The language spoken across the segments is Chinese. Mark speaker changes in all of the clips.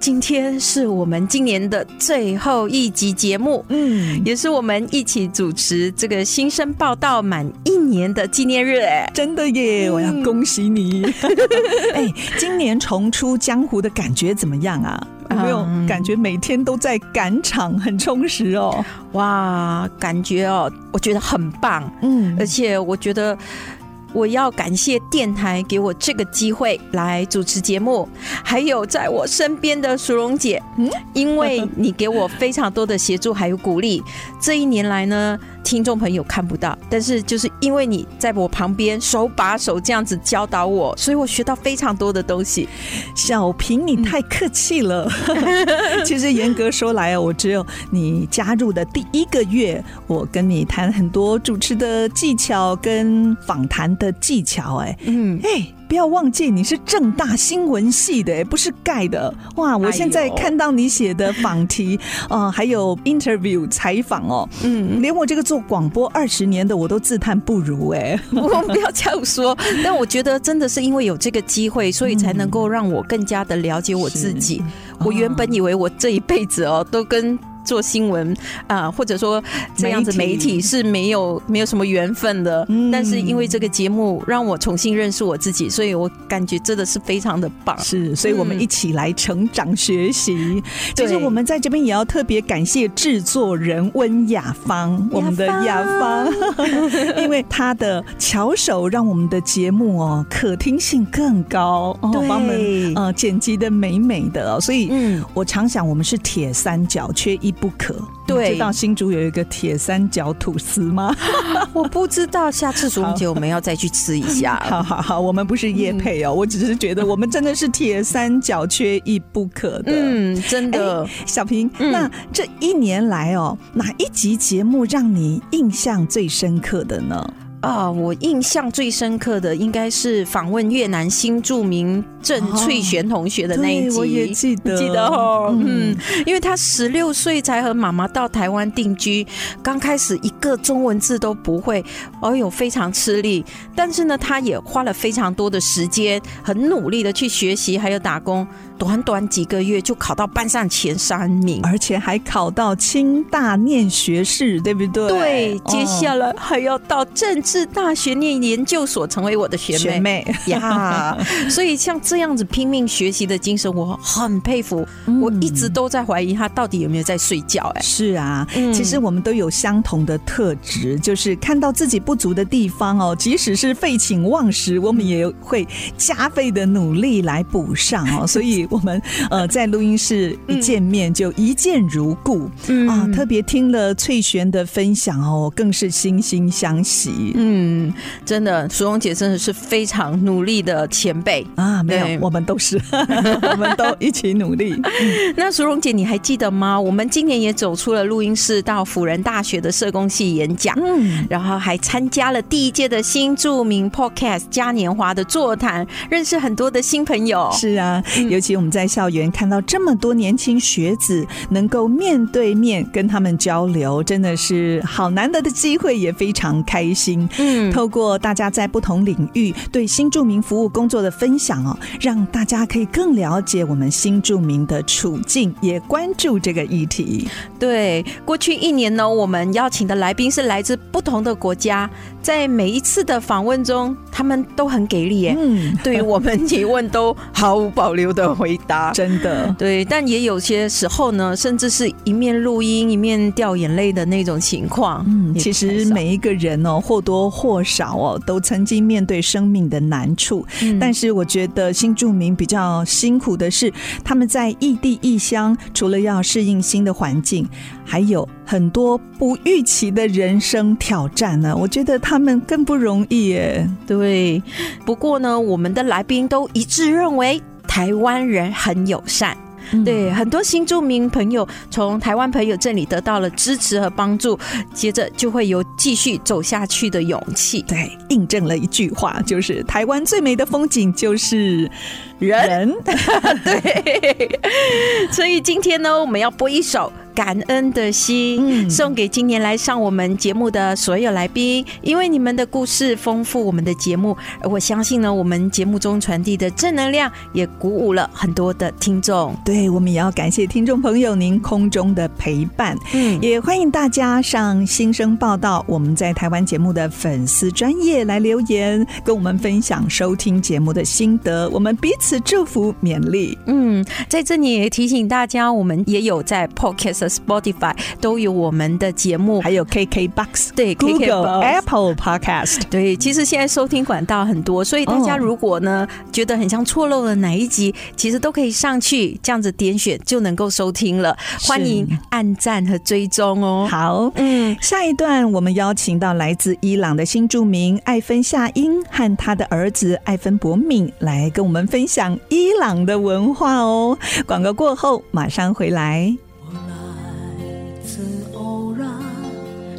Speaker 1: 今天是我们今年的最后一集节目，
Speaker 2: 嗯，
Speaker 1: 也是我们一起主持这个《新生报道》满一年的纪念日。哎，
Speaker 2: 真的耶！我要恭喜你。嗯 哎、今年重出江湖的感觉怎么样啊？有没有
Speaker 1: 嗯
Speaker 2: 感觉每天都在赶场，很充实哦？
Speaker 1: 哇，感觉哦，我觉得很棒，
Speaker 2: 嗯
Speaker 1: 而且我觉得。我要感谢电台给我这个机会来主持节目，还有在我身边的淑荣姐，
Speaker 2: 嗯
Speaker 1: 嗯， 因为你给我非常多的协助还有鼓励。这一年来呢，听众朋友看不到，但是就是因为你在我旁边手把手这样子教导我，所以我学到非常多的东西。
Speaker 2: 小平，你太客气 了。其实严格说来啊，我只有你加入的第一个月，我跟你谈很多主持的技巧跟访谈的技巧、哎。
Speaker 1: 嗯，
Speaker 2: 哎、不要忘记你是正大新闻系的、哎，不是盖的。哇，我现在
Speaker 1: 哎呦
Speaker 2: 看到你写的访题， 呃，还有 interview 采访哦，
Speaker 1: 嗯，
Speaker 2: 连我这个做广播二十年的，我都自叹不如哎、
Speaker 1: 我不 要这样 说，但我觉得真的是因为有这个机会，所以才能够让我更加的了解我自己。我原本以为我这一辈子哦，都跟做新闻啊、或者说这样子
Speaker 2: 媒
Speaker 1: 媒
Speaker 2: 体
Speaker 1: 体是没有没有什么缘分的。
Speaker 2: 嗯
Speaker 1: 但是因为这个节目让我重新认识我自己，所以我感觉真的是非常的棒。
Speaker 2: 是，所以我们
Speaker 1: 嗯
Speaker 2: 一起来成长学习。其实
Speaker 1: 对
Speaker 2: 我们在这边也要特别感谢制作人温雅芳，我们的雅 芳，因为她的巧手让我们的节目哦可听性更高，哦，帮我们呃剪辑的美美的、哦，所以。
Speaker 1: 嗯，
Speaker 2: 我常想，我们是铁三角，缺一不可。
Speaker 1: 对
Speaker 2: 你知道新竹有一个铁三角吐司吗？
Speaker 1: 我不知道下次苏
Speaker 2: 好
Speaker 1: 红姐我们要再去吃一 下。
Speaker 2: 好好好，我们不是叶配哦，我只是觉得我们真的是铁三角，缺一不可的。
Speaker 1: 嗯，真的。
Speaker 2: 小平，
Speaker 1: 嗯
Speaker 2: 那这一年来哦，哪一集节目让你印象最深刻的呢？
Speaker 1: 啊，我印象最深刻的应该是访问越南新著名郑翠璇同学的那一
Speaker 2: 哦对
Speaker 1: 集，
Speaker 2: 我也记得，
Speaker 1: 记得哦，
Speaker 2: 嗯
Speaker 1: 嗯，因为他十六岁才和妈妈到台湾定居，刚开始一个中文字都不会，哎呦非常吃力。但是呢，他也花了非常多的时间，很努力的去学习，还有打工，短短几个月就考到班上前三名。
Speaker 2: 而且还考到清大念学士，对不对？哦
Speaker 1: 对，接下
Speaker 2: 来、
Speaker 1: 来还要到政治大学念研究所，成为我的学
Speaker 2: 哦
Speaker 1: 妹。
Speaker 2: 学妹，
Speaker 1: 呀，所以像这样子拼命学习的精神，我很佩服。我一直都在怀疑他到底有没有在睡觉、哎，
Speaker 2: 是啊，
Speaker 1: 嗯
Speaker 2: 其实我们都有相同的特质，就是看到自己不足的地方哦，即使是废寝忘食，我们也会加倍的努力来补上 哦。所以，我们呃在录音室一见面就一见如故、
Speaker 1: 嗯
Speaker 2: 啊，特别听了翠璇的分享哦，更是惺惺相惜。
Speaker 1: 嗯，真的，苏荣姐真的是非常努力的前辈。
Speaker 2: 啊，没
Speaker 1: 对
Speaker 2: 有，我们都是， 我们都一起努力。
Speaker 1: 那苏荣姐，你还记得吗？我们今年也走出了录音室，到辅仁大学的社工系演讲。
Speaker 2: 嗯，
Speaker 1: 然后还参加了第一届的新著名 Podcast 嘉年华的座谈，认识很多的新朋友。
Speaker 2: 是啊，
Speaker 1: 嗯
Speaker 2: 尤其我们在校园看到这么多年轻学子能够面对面跟他们交流，真的是好难得的机会，也非常开心。
Speaker 1: 嗯，
Speaker 2: 透过大家在不同领域对新住民服务工作的分享哦，让大家可以更了解我们新住民的处境，也关注这个议题。
Speaker 1: 对，过去一年呢，我们邀请的来宾是来自不同的国家，在每一次的访问中，他们都很给力耶。
Speaker 2: 嗯，
Speaker 1: 对于我们提问都毫无保留的回 答。
Speaker 2: 真的，
Speaker 1: 对，但也有些时候呢，甚至是一面录音一面掉眼泪的那种情况。
Speaker 2: 嗯，
Speaker 1: 也
Speaker 2: 其
Speaker 1: 不太
Speaker 2: 实
Speaker 1: 少，
Speaker 2: 每一个人哦，或多或少哦，都曾经面对生命的难处。
Speaker 1: 嗯
Speaker 2: 但是我觉得新住民比较辛苦的是，他们在异地异乡，除了要适应新的环境，还有很多不预期的人生挑战呢、我觉得他们更不容易耶。
Speaker 1: 对，不过呢，我们的来宾都一致认为台湾人很友善。对，很多新住民朋友从台湾朋友这里得到了支持和帮助，接着就会有继续走下去的勇气。
Speaker 2: 对，印证了一句话，就是台湾最美的风景就是人。
Speaker 1: 对，所以今天呢，我们要播一首《感恩的心》，
Speaker 2: 嗯
Speaker 1: 送给今年来上我们节目的所有来宾，因为你们的故事丰富我们的节目，而我相信呢，我们节目中传递的正能量也鼓舞了很多的听众。
Speaker 2: 对，我们也要感谢听众朋友您空中的陪伴。
Speaker 1: 嗯，
Speaker 2: 也欢迎大家上《新生报道》我们在台湾节目的粉丝专业来留言，跟我们分享收听节目的心得，我们彼此祝福勉励。
Speaker 1: 嗯，在这里也提醒大家，我们也有在 Podcast、Spotify 都有我们的节目。
Speaker 2: 还有 KKBox、
Speaker 1: 对
Speaker 2: Google、
Speaker 1: KKBOX
Speaker 2: Apple Podcast，
Speaker 1: 对，其实现在收听管道很多，所以大家
Speaker 2: 哦
Speaker 1: 如果呢、觉得很像错漏了哪一集，其实都可以上去这样子点选就能够收听了。欢迎按赞和追踪哦。
Speaker 2: 好。
Speaker 1: 嗯，
Speaker 2: 下一段，我们邀请到来自伊朗的新著名艾芬夏英和他的儿子艾芬博敏来跟我们分享伊朗的文化哦。 广告过后马上回来。
Speaker 3: 我来自偶然，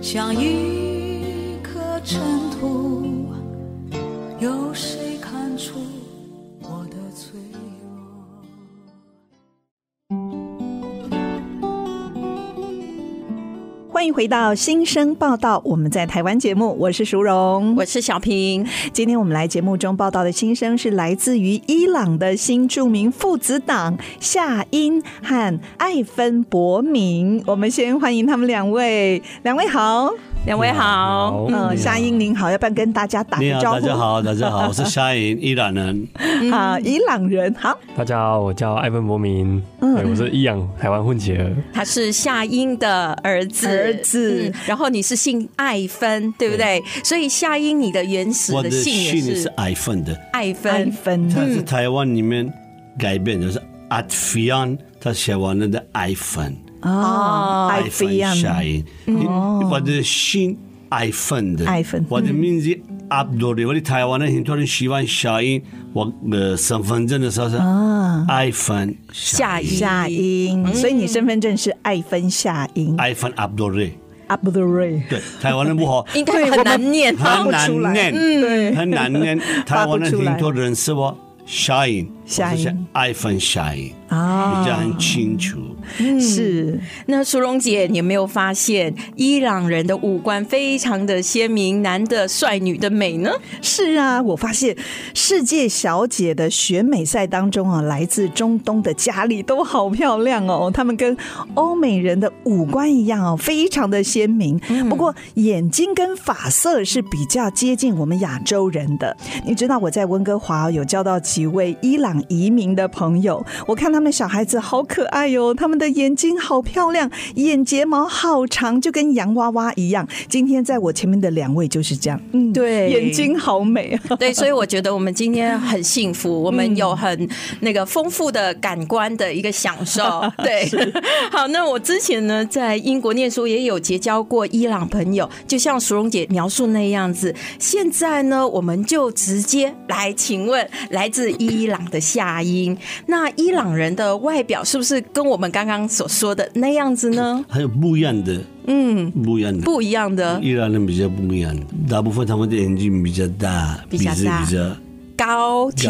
Speaker 3: 像一颗尘土，有谁看出我的脆弱？
Speaker 2: 欢迎回到新生报道，我们在台湾节目，我是淑荣。
Speaker 1: 我是小平。
Speaker 2: 今天我们来节目中报道的新生是来自于伊朗的新著名父子党夏因和艾芬博明。我们先欢迎他们两位，两位好。
Speaker 1: 两位好，
Speaker 4: 你
Speaker 2: 嗯，夏因您好，要不要跟大家打
Speaker 4: 你
Speaker 2: 个
Speaker 4: 好，
Speaker 2: 招呼？
Speaker 4: 大家好，大家好，我是夏颖，伊朗人。
Speaker 2: 啊，伊朗人好。
Speaker 5: 大家好，我叫艾文博明，
Speaker 2: 嗯
Speaker 5: 对我是伊朗台湾混血儿，
Speaker 1: 他是夏英的儿子，嗯
Speaker 2: 儿子
Speaker 1: 然后你是姓艾芬，对不对？所以夏英你的原始
Speaker 4: 我
Speaker 1: 的
Speaker 4: 的
Speaker 1: 姓
Speaker 4: 姓
Speaker 1: 也
Speaker 4: 是
Speaker 1: 是
Speaker 4: 艾芬的，
Speaker 1: 艾
Speaker 2: 艾
Speaker 1: 芬，
Speaker 2: 芬，
Speaker 4: 它是台湾里面改变的，是 Atfian，他写完了的艾芬，
Speaker 2: 哦，艾
Speaker 4: 艾
Speaker 2: 菲
Speaker 4: 芬
Speaker 2: 亚，
Speaker 4: 夏颖。我的姓艾芬的，
Speaker 2: 艾芬
Speaker 4: 我的名字 Abdul，我的台湾人很多人喜欢夏颖，我呃身份证的时候是艾芬
Speaker 1: 夏
Speaker 4: 颖，
Speaker 2: 夏英，所以你身份证是艾芬夏英
Speaker 4: 艾芬 Abdul，
Speaker 2: ，Abdulray。
Speaker 4: 对，台湾人不好。
Speaker 1: 应该很难念哦哈
Speaker 4: 很。难念，
Speaker 2: 对
Speaker 4: 很难念。台湾人很多人是我 shine，
Speaker 2: Shine
Speaker 4: 我是爱粉 shine，
Speaker 2: 啊
Speaker 4: 比较很清楚。
Speaker 2: 是
Speaker 1: 那淑荣姐，你有没有发现伊朗人的五官非常的鲜明，男的帅，女的美呢？
Speaker 2: 是啊，我发现世界小姐的选美赛当中啊，来自中东的佳丽都好漂亮哦，她们跟欧美人的五官一样哦，非常的鲜明。不过眼睛跟发色是比较接近我们亚洲人的。你知道我在温哥华有交到几位伊朗移民的朋友，我看他们小孩子好可爱哟、他们的眼睛好漂亮，眼睫毛好长，就跟洋娃娃一样。今天在我前面的两位就是这样，嗯，
Speaker 1: 对
Speaker 2: 眼睛好美啊。
Speaker 1: 对，所以我觉得我们今天很幸福，我们有很那个丰富的感官的一个享受。对， 好，那我之前呢在英国念书也有结交过伊朗朋友，就像淑荣姐描述那样子。现在呢，我们就直接来请问来自伊朗的夏英，那伊朗人的外表是不是跟我们刚刚所说的那样子呢？
Speaker 4: 还有不一样的，
Speaker 1: 嗯，
Speaker 4: 不一样的。
Speaker 1: 不一样的
Speaker 4: 伊朗人比较不一样，大部分他们的眼睛比较大，
Speaker 1: 比较
Speaker 4: 鼻子
Speaker 1: 大
Speaker 4: 比较
Speaker 1: 高挺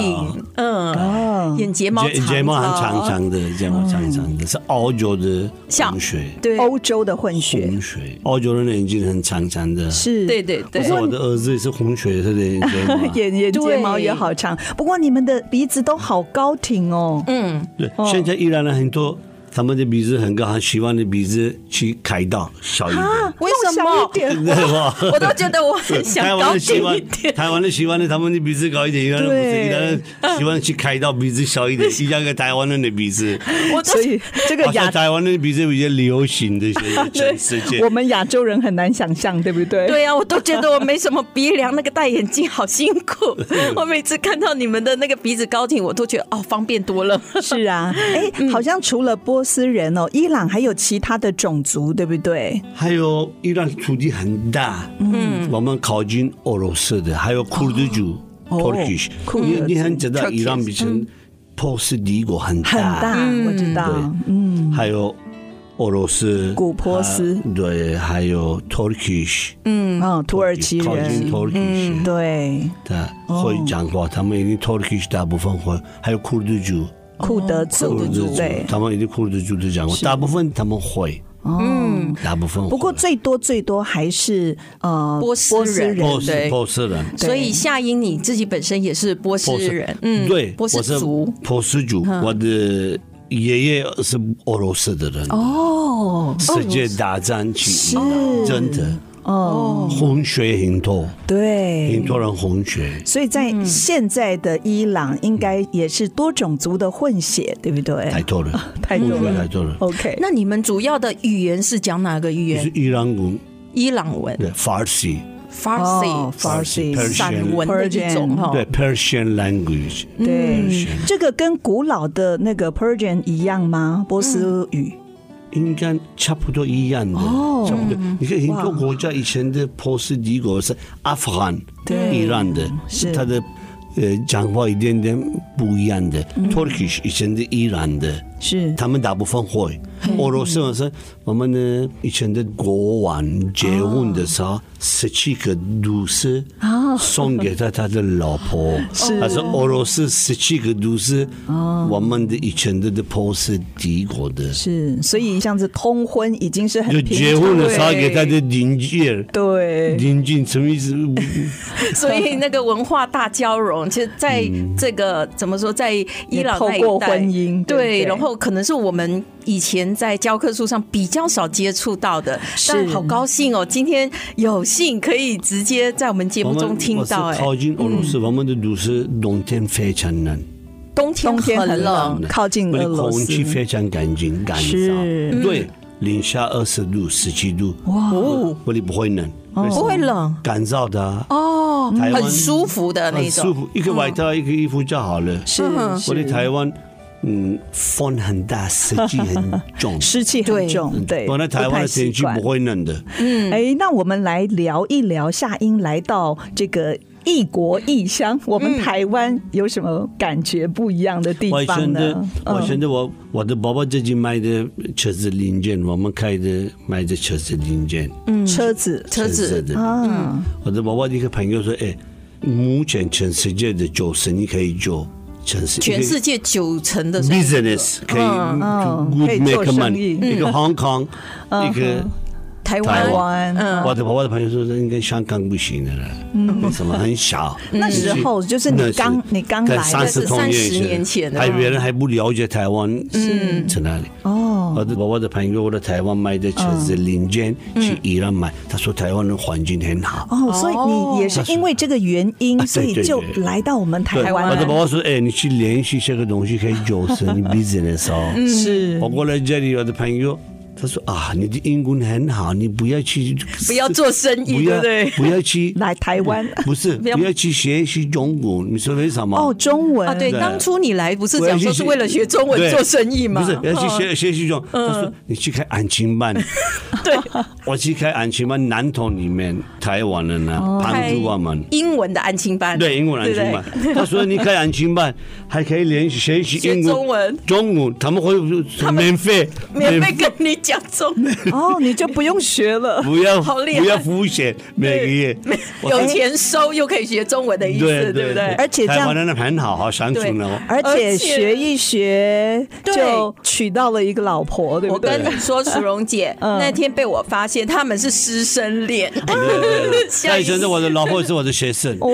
Speaker 4: 高，
Speaker 1: 嗯，眼睫毛
Speaker 4: 睫睫毛很长
Speaker 1: 长，
Speaker 4: 长的，睫毛长长的，是澳洲的
Speaker 1: 像
Speaker 4: 红血，
Speaker 1: 对，
Speaker 2: 欧洲的混血
Speaker 4: 红血，澳洲人的眼睛很长长的。
Speaker 2: 是
Speaker 1: 对对对
Speaker 4: 但是。我的儿子也是红血，他的眼 睫毛。
Speaker 2: 眼眼睫毛也好长，不过你们的鼻子都好高挺哦。
Speaker 1: 嗯，
Speaker 4: 对，现在依然很多他们的鼻子很高，很喜欢的鼻子去开刀小一点。
Speaker 1: 为什么
Speaker 2: 小一？点
Speaker 4: 对吧？
Speaker 1: 我 都觉得我很
Speaker 4: 台
Speaker 1: 想
Speaker 4: 湾
Speaker 1: 高
Speaker 4: 人喜
Speaker 1: 级一
Speaker 4: 欢
Speaker 1: 点，
Speaker 4: 台湾人喜欢的，他们的鼻子高一点，原来不是，
Speaker 2: 对
Speaker 4: 原来喜欢去开到鼻子小一 点，新加坡台湾人的鼻子，
Speaker 1: 我都
Speaker 2: 所以这个
Speaker 4: 好像
Speaker 2: 亚
Speaker 4: 台湾人的鼻子比较流行的全全世界
Speaker 2: 我。们亚洲人很难想象，对不对？
Speaker 1: 对呀、啊我都觉得我没什么鼻梁，那个戴眼镜好辛苦。 我每次看到你们的那个鼻子高挺，我都觉得哦，方便多了。
Speaker 2: 是 啊，哎、
Speaker 1: 嗯
Speaker 2: 好像除了波斯人哦，伊朗还有其他的种族，对不对？
Speaker 4: 还有伊朗土地很大，嗯，我们靠近俄罗斯的，还有库尔德族
Speaker 2: 哦
Speaker 4: （Turkish），
Speaker 2: 库
Speaker 4: 你
Speaker 2: 尔族
Speaker 4: 你很知道
Speaker 2: Turkish，嗯
Speaker 4: 伊朗比成波斯帝国很
Speaker 2: 很大，
Speaker 4: 大，
Speaker 2: 我知道。
Speaker 4: 嗯，还有俄罗斯、
Speaker 2: 啊古波斯
Speaker 4: 啊对，还有 Turkish，
Speaker 2: 嗯，土耳其
Speaker 4: 靠近
Speaker 2: 人，嗯
Speaker 4: Turkish，
Speaker 2: 对，
Speaker 4: 的会讲话，他们一定 Turkish 大部分会，还有库尔德族，
Speaker 2: 库德族，
Speaker 4: 库尔德族
Speaker 2: 对，，
Speaker 4: 他们一定库尔德族的讲话，大部分他们会，
Speaker 2: 嗯。
Speaker 4: 大部分会。
Speaker 2: 不过最多最多还是呃
Speaker 1: 波斯人
Speaker 4: 波斯
Speaker 1: 对
Speaker 4: 波斯人，
Speaker 2: 对
Speaker 1: 所以夏英你自己本身也是波斯
Speaker 4: 波斯
Speaker 1: 人，嗯
Speaker 4: 对，
Speaker 1: 波斯
Speaker 4: 我是
Speaker 1: 族。
Speaker 4: 波斯族，我的爷爷是俄罗斯的人。
Speaker 1: 哦，
Speaker 4: 世界大战起，真的
Speaker 2: 哦，
Speaker 4: 红血很多，
Speaker 2: 对
Speaker 4: 很，多人红血。
Speaker 2: 所以在现在的伊朗应该也是多种族的混血，对不对？
Speaker 4: 太嗯多了，
Speaker 2: 太多
Speaker 4: 红血
Speaker 2: 了
Speaker 4: 太多了。
Speaker 2: OK，
Speaker 1: 那你们主要的语言是讲哪个语
Speaker 4: 是
Speaker 1: 言？
Speaker 4: 伊朗文，
Speaker 1: 伊朗文
Speaker 4: 对，Farsi，
Speaker 2: 哦
Speaker 1: （Farsi）、
Speaker 2: ，Farsi，
Speaker 4: Persian
Speaker 1: 散文的一种哈。
Speaker 4: 对，Persian language，
Speaker 2: 对，
Speaker 4: Persian
Speaker 2: 这个跟古老的那个 Persian 一样吗？波斯语
Speaker 4: 应该差不多一样的，差不多。你看很多国家以前的波斯帝国是阿富汗、
Speaker 2: 对
Speaker 4: 伊朗的，
Speaker 2: 是
Speaker 4: 它的呃讲话一点点不一样的。Turkish 以前的伊朗的，
Speaker 2: 是
Speaker 4: 他们大部分会。俄罗斯是我们呢以前的国王结婚的时
Speaker 1: 哦
Speaker 4: 候，十七个都市送给他他的老 婆，他说俄罗斯十七个都市，
Speaker 1: 哦
Speaker 4: 我们的以前的的波斯帝国的。
Speaker 2: 是，所以像是通婚已经是很
Speaker 4: 就
Speaker 2: 平
Speaker 4: 结婚的时候
Speaker 2: 常
Speaker 4: 给他的邻居，
Speaker 2: 对
Speaker 4: 邻居什么意思？
Speaker 1: 所以那个文化大交融，其实在这个、怎么说，在伊朗那
Speaker 2: 也
Speaker 1: 一
Speaker 2: 透过
Speaker 1: 带
Speaker 2: 婚姻
Speaker 1: 对
Speaker 2: 对不对
Speaker 1: 然后可能是我们以前在教科书上比较少接触到的，
Speaker 2: 是
Speaker 1: 但好高兴哦，今天有幸可以直接在我们节
Speaker 4: 我
Speaker 1: 目
Speaker 4: 们
Speaker 1: 中听到，
Speaker 4: 我
Speaker 1: 哎
Speaker 4: 是，靠近俄罗斯，我们的都市冬天非常冷，
Speaker 1: 冬天
Speaker 2: 冬天很
Speaker 1: 很
Speaker 2: 冷
Speaker 1: 冷，
Speaker 2: 嗯靠近
Speaker 4: 嗯我
Speaker 2: 俄
Speaker 4: 的
Speaker 2: 罗
Speaker 4: 空
Speaker 2: 斯
Speaker 4: 气非常干净干
Speaker 2: 是
Speaker 4: 燥，对，零下二十度、十七度，哇，我里不会冷，
Speaker 2: 哦
Speaker 1: 不会冷
Speaker 4: 干燥的啊，
Speaker 1: 哦，
Speaker 4: 台湾
Speaker 1: 很舒服的那
Speaker 4: 很
Speaker 1: 种，
Speaker 4: 舒服，一个外套一个衣服就好了。
Speaker 2: 嗯是
Speaker 4: 我的
Speaker 2: 是，
Speaker 4: 台湾，嗯，风很大，湿气很重
Speaker 2: 湿气很
Speaker 1: 对
Speaker 2: 重，对，
Speaker 4: 本来台湾的
Speaker 2: 不太习
Speaker 4: 天气
Speaker 2: 惯
Speaker 4: 不会冷的，
Speaker 1: 嗯
Speaker 2: 哎，那我们来聊一聊夏英来到这个异国异
Speaker 1: 嗯
Speaker 2: 乡，我们台湾有什么感觉不一样的地
Speaker 4: 我
Speaker 2: 方
Speaker 4: 选的
Speaker 2: 呢？，
Speaker 4: 我
Speaker 2: 嗯
Speaker 4: 选的我我的爸爸自己买的车子零件，我们开的买的车子零件，
Speaker 2: 嗯
Speaker 1: 嗯
Speaker 2: 车子
Speaker 1: 车子
Speaker 4: 的。
Speaker 2: 啊，
Speaker 4: 我的爸爸的一个朋友说，哎，目前全世界的九十你可以做，全世
Speaker 1: 全世
Speaker 4: 界
Speaker 1: 界九成的
Speaker 4: business 可以
Speaker 2: 嗯
Speaker 4: good
Speaker 2: 可以
Speaker 4: make
Speaker 2: 做生意嗯
Speaker 4: money，一个 Hong Kong，一个。
Speaker 1: 台
Speaker 2: 台
Speaker 1: 湾
Speaker 2: 湾。
Speaker 4: 我的我的朋友说，应该香港不行的了，为什么很小？
Speaker 2: 嗯 那时候就是你刚你刚来的
Speaker 4: 三十多年
Speaker 1: 30
Speaker 4: 前
Speaker 1: 年前的
Speaker 4: 还别人还不了解台湾是在哪里。
Speaker 2: 嗯
Speaker 1: 嗯
Speaker 2: 哦，嗯
Speaker 4: 我的我的朋友，我在台湾买的车子零件去伊朗买，他说台湾的环境很好。
Speaker 2: 哦，所以你也是因为这个原因，
Speaker 4: 啊
Speaker 2: 所以
Speaker 4: 对对
Speaker 2: 就
Speaker 4: 对
Speaker 2: 来到我们台
Speaker 4: 我的
Speaker 2: 湾
Speaker 4: 爸爸说：“哎，你去联系这个东西可以做 生意 business
Speaker 1: 嗯
Speaker 4: 哦。
Speaker 2: 是”
Speaker 4: 我过来这里，我的朋友他说：“啊，你的英文很好，你不要去，
Speaker 1: 不要做生
Speaker 4: 不
Speaker 1: 意，对
Speaker 4: 要
Speaker 1: 不对？
Speaker 4: 不 要去
Speaker 2: 来台湾
Speaker 4: 不是不
Speaker 1: 要
Speaker 4: 要去学习中文。”你说为什么？
Speaker 2: 哦，中文
Speaker 1: 啊，对，
Speaker 4: 对
Speaker 1: 当初你来不是
Speaker 4: 我
Speaker 1: 讲
Speaker 4: 要去
Speaker 1: 说是为了学中文
Speaker 4: 对
Speaker 1: 做生意吗？
Speaker 4: 不是，要去
Speaker 1: 嗯
Speaker 4: 学学习中。他说你去开安亲班，
Speaker 1: 对，
Speaker 4: 我去开安亲班，南投里面台湾人
Speaker 1: 哦
Speaker 4: 啊，帮助我们。
Speaker 1: 英文的安亲班，
Speaker 4: 对，英文安亲
Speaker 1: 对不
Speaker 4: 班
Speaker 1: 对。
Speaker 4: 他说你开安亲班，还可以练习学习英
Speaker 1: 学
Speaker 4: 文、
Speaker 1: 中文
Speaker 4: 中文，他们会免费，
Speaker 1: 免费跟你讲中文，
Speaker 2: 哦，你就不用学 了。
Speaker 4: 不要
Speaker 1: 好厉害
Speaker 4: 不要浮险，每个月 我
Speaker 1: 有钱收又可以学中文的意思，对不对？
Speaker 2: 而且这样
Speaker 4: 台湾人很好，好相处呢。哦
Speaker 2: 而且
Speaker 1: 而且
Speaker 2: 学一学
Speaker 1: 对
Speaker 2: 就娶到了一个老婆，对不
Speaker 1: 我
Speaker 2: 对？
Speaker 1: 跟你说，淑荣姐
Speaker 2: 嗯
Speaker 1: 那天被我发现他们是师生恋，
Speaker 4: 那
Speaker 1: 吓
Speaker 4: 以
Speaker 1: 一
Speaker 4: 前的
Speaker 1: 跳。
Speaker 4: 我的老婆是我的学生，
Speaker 2: 哦，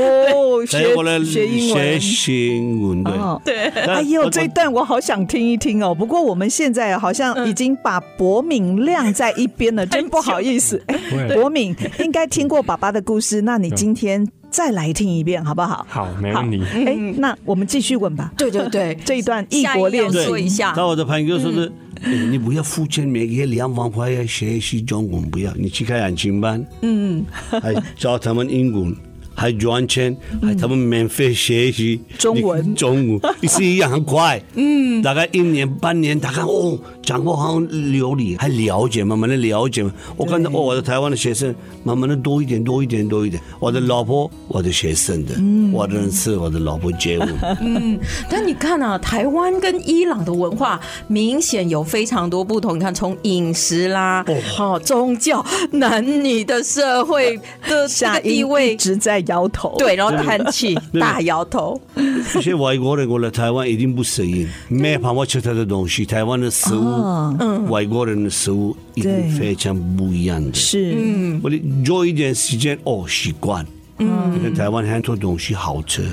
Speaker 4: 所以我来
Speaker 2: 学学英
Speaker 4: 学
Speaker 2: 文。
Speaker 4: 习英文，对。
Speaker 2: 哦
Speaker 1: 对
Speaker 4: 但
Speaker 2: 哎呦，
Speaker 4: 我
Speaker 1: 嗯
Speaker 2: 这一段我好想听一听哦。不过我们现在好像已经把博敏亮在一 边了，真不好意思。
Speaker 5: 不会
Speaker 2: 国敏应该听过爸爸的故事，那你今天再来听一遍好不好？
Speaker 5: 好，没问题。
Speaker 2: 哎，
Speaker 1: 嗯
Speaker 2: 那我们继续问吧。
Speaker 1: 对对对，
Speaker 2: 这一段异国恋
Speaker 1: 下一要说一
Speaker 2: 情，
Speaker 1: 下
Speaker 4: 那我的朋友说是，哎你不要付钱每个月两万块要学习中文，不要，你去开安亲班，嗯， 还教他们英文。还赚钱，还他们免费学习
Speaker 2: 中文
Speaker 4: 你中文是一样很快，嗯，大概一年半年，大概哦，讲话好像流利，还了解，慢慢的了解。我看到哦，我的台湾的学生，慢慢的多一点，多一点，多一点。我的老婆，我的学生的，我的人是我的老婆结婚，
Speaker 1: 但你看啊，台湾跟伊朗的文化明显有非常多不同。你看，从饮食啦，哦，宗教、男女的社会的这
Speaker 2: 夏
Speaker 1: 个地
Speaker 2: 英一
Speaker 1: 位，
Speaker 2: 直在摇头。
Speaker 1: 对，然后叹气，
Speaker 4: 对
Speaker 1: 大摇头。
Speaker 4: 有些外国人过来台湾一定不适应，没办法吃他的东西。台湾的食物，
Speaker 1: 啊嗯
Speaker 4: 外国人的食物一定非常不一样的。
Speaker 2: 是，
Speaker 1: 嗯
Speaker 4: 我得做一点时间哦，习惯。嗯，因为台湾很多东西好吃，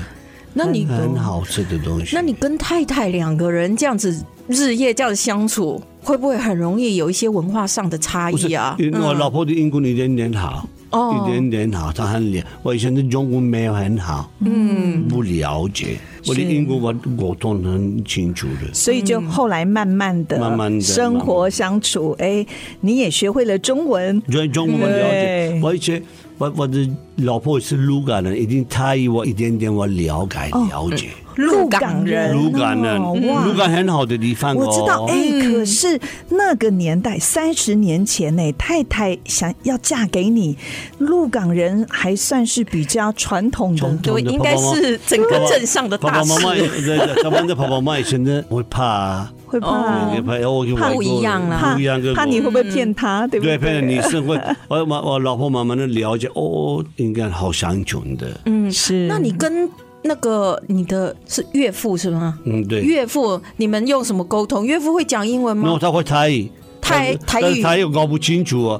Speaker 1: 那你
Speaker 4: 很好吃的东西。
Speaker 1: 那你跟太太两个人这样子日夜这样相处，会不会很容易有一些文化上的差
Speaker 4: 不是
Speaker 1: 异啊？
Speaker 4: 因为我老婆的英文一点点好，
Speaker 1: 哦
Speaker 4: 一点点好，她很了。我以前的中文没有很好，嗯，不了解。我的英文我沟通很清楚的。
Speaker 2: 所以就
Speaker 1: 嗯
Speaker 2: 后来慢慢的、
Speaker 4: 慢慢地
Speaker 2: 生活相处，哎，你也学会了中文，
Speaker 4: 所以中文了解
Speaker 2: 对，
Speaker 4: 我以前我我的老婆是鹿港人，一定她以我一点点我了解了解。
Speaker 1: 鹿港人
Speaker 4: 鹿港人，
Speaker 2: 哦哇
Speaker 4: 鹿港很好的地方哦。
Speaker 2: 我知道，哎、
Speaker 1: 嗯
Speaker 2: 可是那个年代，三十年前呢、太太想要嫁给你，鹿港人还算是比较传统的
Speaker 4: 传统
Speaker 1: 对，
Speaker 4: 的
Speaker 1: 应
Speaker 4: 爸爸
Speaker 1: 该
Speaker 4: 妈妈
Speaker 1: 是整个镇上的
Speaker 4: 爸
Speaker 1: 大
Speaker 4: 爸妈
Speaker 1: 事。
Speaker 4: 妈，对对，他们的爸爸妈妈以前的会怕，
Speaker 2: 会怕、
Speaker 4: 也怕我去外国
Speaker 1: 不一样啦
Speaker 2: 怕
Speaker 4: 哦
Speaker 2: 啊
Speaker 4: 不一样跟我
Speaker 2: 怕你会不会啊骗他，对不
Speaker 4: 对，
Speaker 2: 对？
Speaker 4: 骗你是会，我我我老婆慢慢的了解，哦，应该好相处的，嗯
Speaker 2: 是，
Speaker 1: 那你跟那个你的是岳父是吗？
Speaker 4: 嗯，对。
Speaker 1: 岳父，你们用什么沟通？岳父会讲英文
Speaker 4: 然后
Speaker 1: 吗？
Speaker 4: 他会台语，
Speaker 1: 台
Speaker 4: 但是
Speaker 1: 台语
Speaker 4: 台语搞不清楚 啊，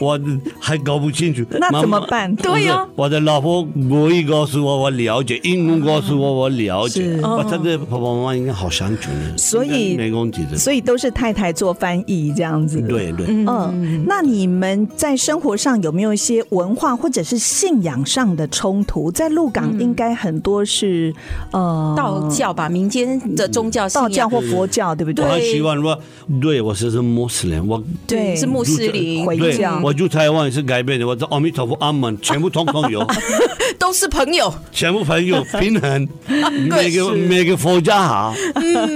Speaker 4: 我还搞不清楚，
Speaker 2: 那
Speaker 4: 妈妈
Speaker 2: 怎么办？
Speaker 1: 对呀、
Speaker 4: 不是我的老婆国语告诉我我了解，英文告诉我我了解，
Speaker 2: 是
Speaker 4: 我他的爸爸妈妈应该好相处的，
Speaker 2: 所以
Speaker 4: 应该没问题的。
Speaker 2: 所以都是太太做翻译这样子。。
Speaker 4: 嗯对对，
Speaker 2: 嗯，那你们在生活上有没有一些文化或者是信仰上的冲突？在鹿港应该很多是、呃
Speaker 1: 嗯道教吧，民间的宗嗯教信
Speaker 2: 道
Speaker 1: 仰，
Speaker 2: 教或佛教，对不
Speaker 4: 我
Speaker 2: 对？
Speaker 4: 很希望说，对我是是穆斯林，我
Speaker 2: 对
Speaker 1: 是穆斯林，
Speaker 2: 回
Speaker 4: 对
Speaker 2: 教，
Speaker 4: 我住台湾也是改变的，我的阿弥陀佛、阿门，全部通通有，
Speaker 1: 都是朋友。
Speaker 4: 全部朋友平衡，每个
Speaker 1: 是
Speaker 4: 每个佛家好，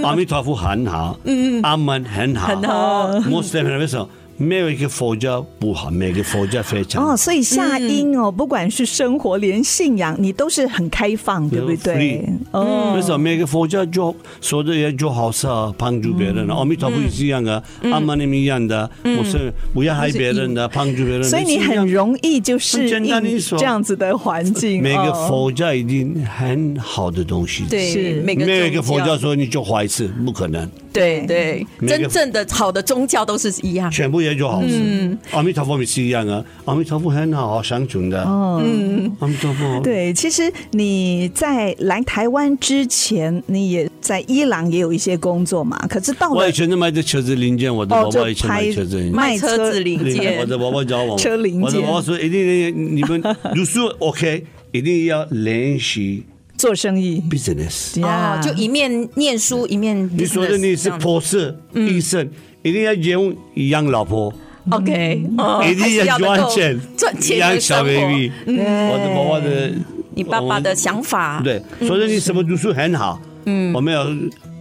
Speaker 4: 阿弥陀佛很好，阿门很好，
Speaker 1: 很好
Speaker 4: 穆斯林为什么没有一个佛家不好？每个佛家非常
Speaker 2: 哦，所以夏英
Speaker 4: 嗯
Speaker 2: 哦，不管是生活连信仰，你都是很开放，对不对
Speaker 4: free？
Speaker 2: 哦，
Speaker 4: 为什么每个佛教做说的也做好事啊，帮助别人啊？阿弥陀佛也是一样的，阿弥陀佛一样的，我是不要害别人的，帮助别人。
Speaker 2: 所以你
Speaker 4: 是一样
Speaker 2: 很
Speaker 4: 的
Speaker 2: 容易就适
Speaker 4: 嗯很简单
Speaker 2: 应
Speaker 4: 一说
Speaker 2: 这样子的环 境。
Speaker 4: 每个
Speaker 2: 哦
Speaker 4: 佛教一定很好的东西，，
Speaker 1: 对，
Speaker 2: 是
Speaker 1: 每个
Speaker 4: 没有一个
Speaker 1: 宗
Speaker 4: 佛教说你做坏事不可能，
Speaker 1: 对对，
Speaker 4: 每
Speaker 1: 真
Speaker 4: 个
Speaker 1: 正的好的宗教都是一样。
Speaker 4: 全部也做好事。阿弥陀佛也是一样啊，阿弥陀佛很好相处的，嗯，阿弥陀佛。
Speaker 2: 对，其实你在来台湾之前，你也在伊朗也有一些工作嘛。可是到
Speaker 4: 我
Speaker 2: 了
Speaker 4: 以前卖的车子零件，我的
Speaker 2: 哦，
Speaker 4: 爸
Speaker 2: 就
Speaker 4: 爸以前卖
Speaker 2: 拍
Speaker 4: 车子零件。
Speaker 1: 卖车子零
Speaker 4: 零
Speaker 1: 件
Speaker 4: 我的娃娃教我，
Speaker 2: 车零件
Speaker 4: 我的娃娃说一定你们 读书 OK，一定要练习
Speaker 2: 做生意
Speaker 4: business。
Speaker 1: 哦，就一面念书一面 business 这样。嗯
Speaker 4: 你说的你是博士、医生，一定要结婚养老婆，
Speaker 1: OK，哦
Speaker 4: 一定
Speaker 1: 还是能
Speaker 4: 赚
Speaker 1: 够
Speaker 4: 钱，
Speaker 1: 赚钱
Speaker 4: 养
Speaker 1: 的
Speaker 4: 小
Speaker 1: 生活嗯
Speaker 4: baby。我的娃娃的，
Speaker 1: 你爸爸的想法，
Speaker 2: 啊
Speaker 4: 对，所以你什么读书很好，嗯，我没有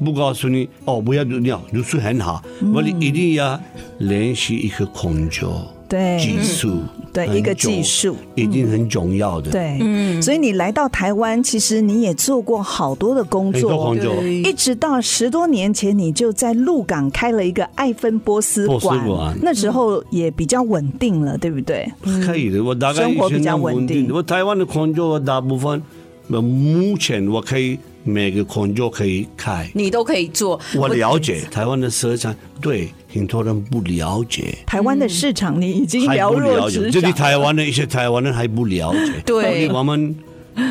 Speaker 4: 不告诉你哦，不要读尿，读书很好，
Speaker 2: 嗯
Speaker 4: 我你一定要练习一个工作。
Speaker 2: 对
Speaker 4: 技术，
Speaker 2: 对
Speaker 4: 很
Speaker 2: 一个
Speaker 4: 重
Speaker 2: 技术
Speaker 4: 一定很重要的。，
Speaker 2: 对，嗯，所以你来到台湾，其实你也做过好多的工
Speaker 4: 很
Speaker 2: 作
Speaker 4: 多
Speaker 2: 哦，
Speaker 4: 工作，
Speaker 2: 一直到十多年前，你就在鹿港开了一个艾芬波斯
Speaker 4: 波
Speaker 2: 馆，
Speaker 4: 斯馆
Speaker 2: 那时候也比较稳定了，对不对？
Speaker 4: 可以的。我大概
Speaker 2: 生
Speaker 4: 以
Speaker 2: 活比
Speaker 4: 前
Speaker 2: 较
Speaker 4: 那
Speaker 2: 稳
Speaker 4: 稳
Speaker 2: 定
Speaker 4: 定的，我台湾的工作我大部分，我目前我可以每个工作可以开。
Speaker 2: 嗯
Speaker 1: 你都可以做。
Speaker 4: 我了解台湾的市场，对很多人不了解，
Speaker 2: 台湾的市场你已经
Speaker 4: 嗯还
Speaker 2: 了
Speaker 4: 不
Speaker 2: 若
Speaker 4: 了解，
Speaker 2: 指
Speaker 4: 这里
Speaker 2: 掌。
Speaker 4: 台湾的一些台湾人还不了解。
Speaker 1: 对
Speaker 4: 所以我们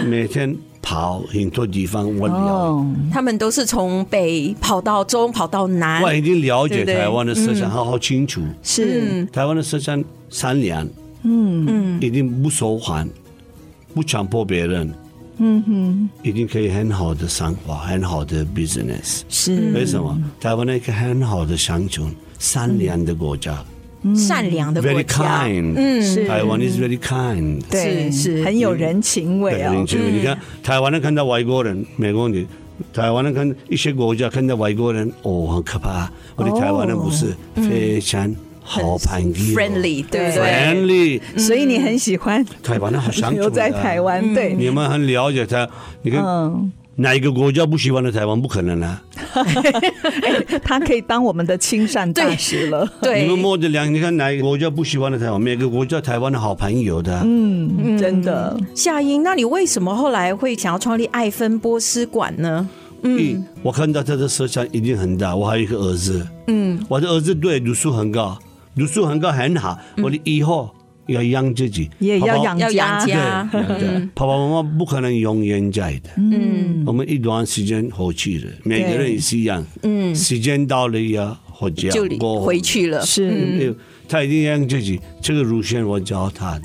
Speaker 4: 每天跑很多地方，我了，
Speaker 2: 哦，
Speaker 1: 他们都是从北跑到中，跑到南
Speaker 4: 我，已经了
Speaker 1: 对
Speaker 4: 解
Speaker 1: 对
Speaker 4: 台湾的市场，好好清楚。
Speaker 2: 是
Speaker 1: 嗯
Speaker 4: 台湾的市场善良，嗯嗯，一定不手环，不强迫别人，嗯哼，一定可以很好的生活，很好的 business。
Speaker 2: 是，
Speaker 1: 嗯
Speaker 4: 为什么？台湾那个很好的乡村，善良的国家
Speaker 1: 善良的国
Speaker 4: 嗯，very
Speaker 1: 家。嗯
Speaker 4: kind。
Speaker 2: 是
Speaker 4: 台湾 is very kind。
Speaker 2: 对，
Speaker 1: 是是
Speaker 2: 很有人情味
Speaker 4: 对，
Speaker 2: 哦
Speaker 4: 很。亲密你看台湾人看到外国人没问题，台湾人看一些国家看到外国人哦很可怕，我的台湾人不是
Speaker 2: 哦
Speaker 4: 非常好朋友
Speaker 2: 嗯
Speaker 1: friendly，对不对？
Speaker 4: friendly，
Speaker 2: 所以你很喜欢
Speaker 4: 台湾人好相
Speaker 2: 留
Speaker 4: 处。
Speaker 2: 在台，湾，对，
Speaker 4: 你们很了解他。你看
Speaker 2: 嗯，
Speaker 4: 哪一个国家不喜欢的台湾？不可能啊！
Speaker 2: 哎他可以当我们的亲善大使了。
Speaker 4: 你们
Speaker 1: 对，
Speaker 4: 摸着良，你看哪一个国家不喜欢的台湾？每个国家台湾的好朋友的，
Speaker 2: 嗯，真的，
Speaker 1: 夏英，那你为什么后来会想要创立爱芬波斯馆呢？
Speaker 4: 嗯，我看到他的市场一定很大。我还有一个儿子，嗯，我的儿子对读书很高，读书很高很好。我的以后要养自己，
Speaker 2: 也
Speaker 4: 爸
Speaker 2: 要
Speaker 4: 爸
Speaker 2: 养
Speaker 1: 要养
Speaker 2: 家，
Speaker 4: 对，
Speaker 1: 家
Speaker 4: 养，家。爸爸妈妈不可能永远在的，
Speaker 2: 嗯，
Speaker 4: 我们一段时间回去了，每个人也是一样，嗯，时间到了要回家，
Speaker 1: 就
Speaker 4: 过
Speaker 1: 回。去了。
Speaker 2: 是
Speaker 4: 对他一定养自己，这个路线我教他的。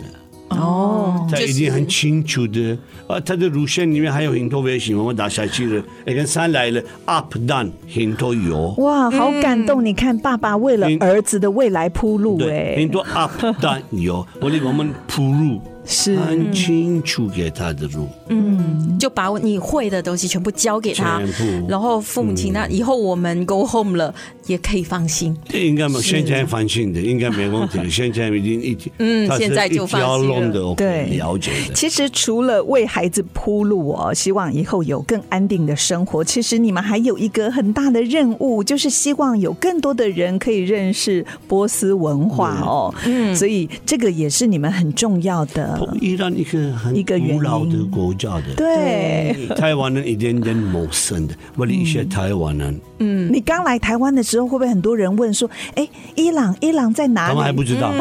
Speaker 1: 哦，
Speaker 4: 他一定很清楚的。啊，他的路线里面还有很多危险，我们打下去了，你看上来了，up down 很多有，
Speaker 2: 哇，好感
Speaker 1: 嗯
Speaker 2: 动！你看，爸爸为了
Speaker 4: 嗯
Speaker 2: 儿子的未来铺路，
Speaker 4: 对，
Speaker 2: 哎
Speaker 4: 很，多 up down 有。我的我们铺路
Speaker 2: 是
Speaker 4: 很清楚给他的路，
Speaker 1: 就把你会的东西全部交给他
Speaker 4: 全，部
Speaker 1: 然后父母亲那以后我们 go home 了，也可以放心。
Speaker 4: 应该没现在放心的，应该没问题了。现在已经一
Speaker 1: 嗯
Speaker 4: 他是
Speaker 1: 现在就
Speaker 4: 一条龙的，我
Speaker 2: 对
Speaker 4: 了解的。
Speaker 2: 其实除了为孩子铺路哦，希望以后有更安定的生活，其实你们还有一个很大的任务，就是希望有更多的人可以认识波斯文化哦。嗯，所以这个也是你们很重要的。
Speaker 4: 依然一个很
Speaker 2: 一个原
Speaker 4: 古老的
Speaker 2: 因
Speaker 4: 国家的，
Speaker 2: 对，
Speaker 4: 台湾人一点点陌生的，为了一些台湾人，
Speaker 2: 你刚来台湾的时候，会不会很多人问说：“哎，伊朗，伊朗在哪
Speaker 4: 他
Speaker 2: 里？”
Speaker 4: 们还不知道。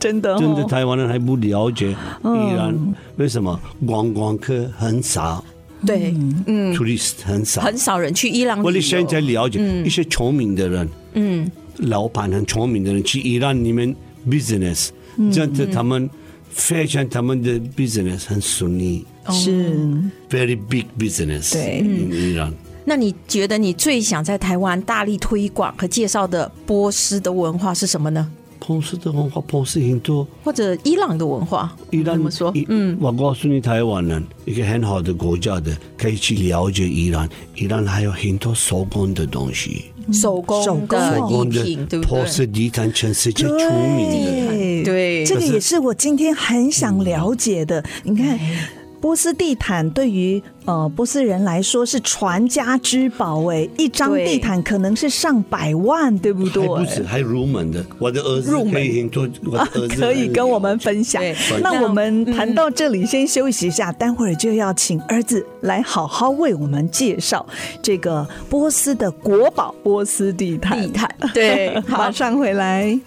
Speaker 2: 真的、哦，
Speaker 4: 真的台湾人还不了解依然为什么观光客很少
Speaker 1: 对，嗯，
Speaker 4: ，tourist 很少。
Speaker 1: 很少人去伊朗旅游。
Speaker 4: 我的现在了解一些聪明的人，嗯，老板很聪明的人去伊朗里面 business，真的他们非常他们的 business 很顺利
Speaker 2: 是
Speaker 4: ，very big business。
Speaker 2: 对，
Speaker 4: 伊朗
Speaker 1: 那你觉得你最想在台湾大力推广和介绍的波斯的文化是什么呢？
Speaker 4: 波斯的文化，波斯很多。
Speaker 1: 或者伊朗的文化？
Speaker 4: 伊朗
Speaker 1: 怎么说？
Speaker 4: 嗯，我告诉你，台湾人一个很好的国家的，可以去了解伊朗。伊朗还有很多手工的东西，
Speaker 1: 手工的
Speaker 4: 嗯手
Speaker 1: 礼
Speaker 4: 工
Speaker 1: 哦品，对
Speaker 4: 的
Speaker 1: 不
Speaker 4: 波
Speaker 1: 对？
Speaker 4: 斯地毯，全世界出名的。
Speaker 2: 对
Speaker 1: 对嗯
Speaker 2: 这个也是我今天很想了解的。你看，
Speaker 1: 哎
Speaker 2: 波斯地毯对于呃波斯人来说是传家之宝，哎，一张
Speaker 1: 对
Speaker 2: 地毯可能是上百万，对不
Speaker 4: 还
Speaker 2: 对？
Speaker 4: 不止，还入门的。我的儿子
Speaker 1: 入门
Speaker 4: 可以很多，我的
Speaker 2: 啊
Speaker 4: 儿子，
Speaker 2: 可
Speaker 4: 哎
Speaker 2: 以跟我们分享
Speaker 1: 对。嗯
Speaker 2: 那我们谈到这里，先休息一下，待会儿就要请儿子来好好为我们介绍这个波斯的国宝——波斯地毯。
Speaker 1: 地毯，对， 好
Speaker 2: 马。上回来。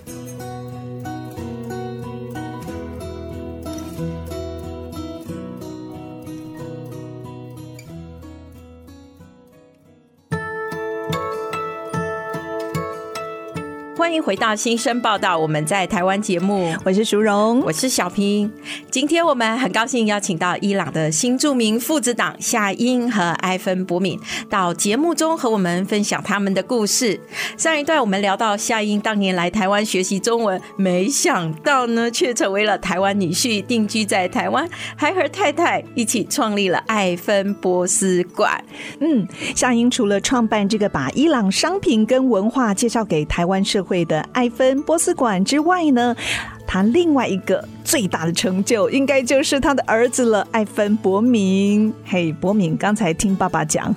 Speaker 1: 欢迎回到新生报道，我们在台湾节目，
Speaker 2: 我是淑荣，
Speaker 1: 我是小平。今天我们很高兴邀请到伊朗的新著名父子档夏英和埃芬博敏到节目中和我们分享他们的故事。上一段我们聊到夏英当年来台湾学习中文，没想到呢却成为了台湾女婿，定居在台湾，还和太太一起创立了爱芬波斯馆。
Speaker 2: 嗯，夏英除了创办这个把伊朗商品跟文化介绍给台湾社会的埃芬波斯馆之外呢，他另外一个最大的成就，应该就是他的儿子了，艾芬伯明。嘿，伯明，刚才听爸爸讲，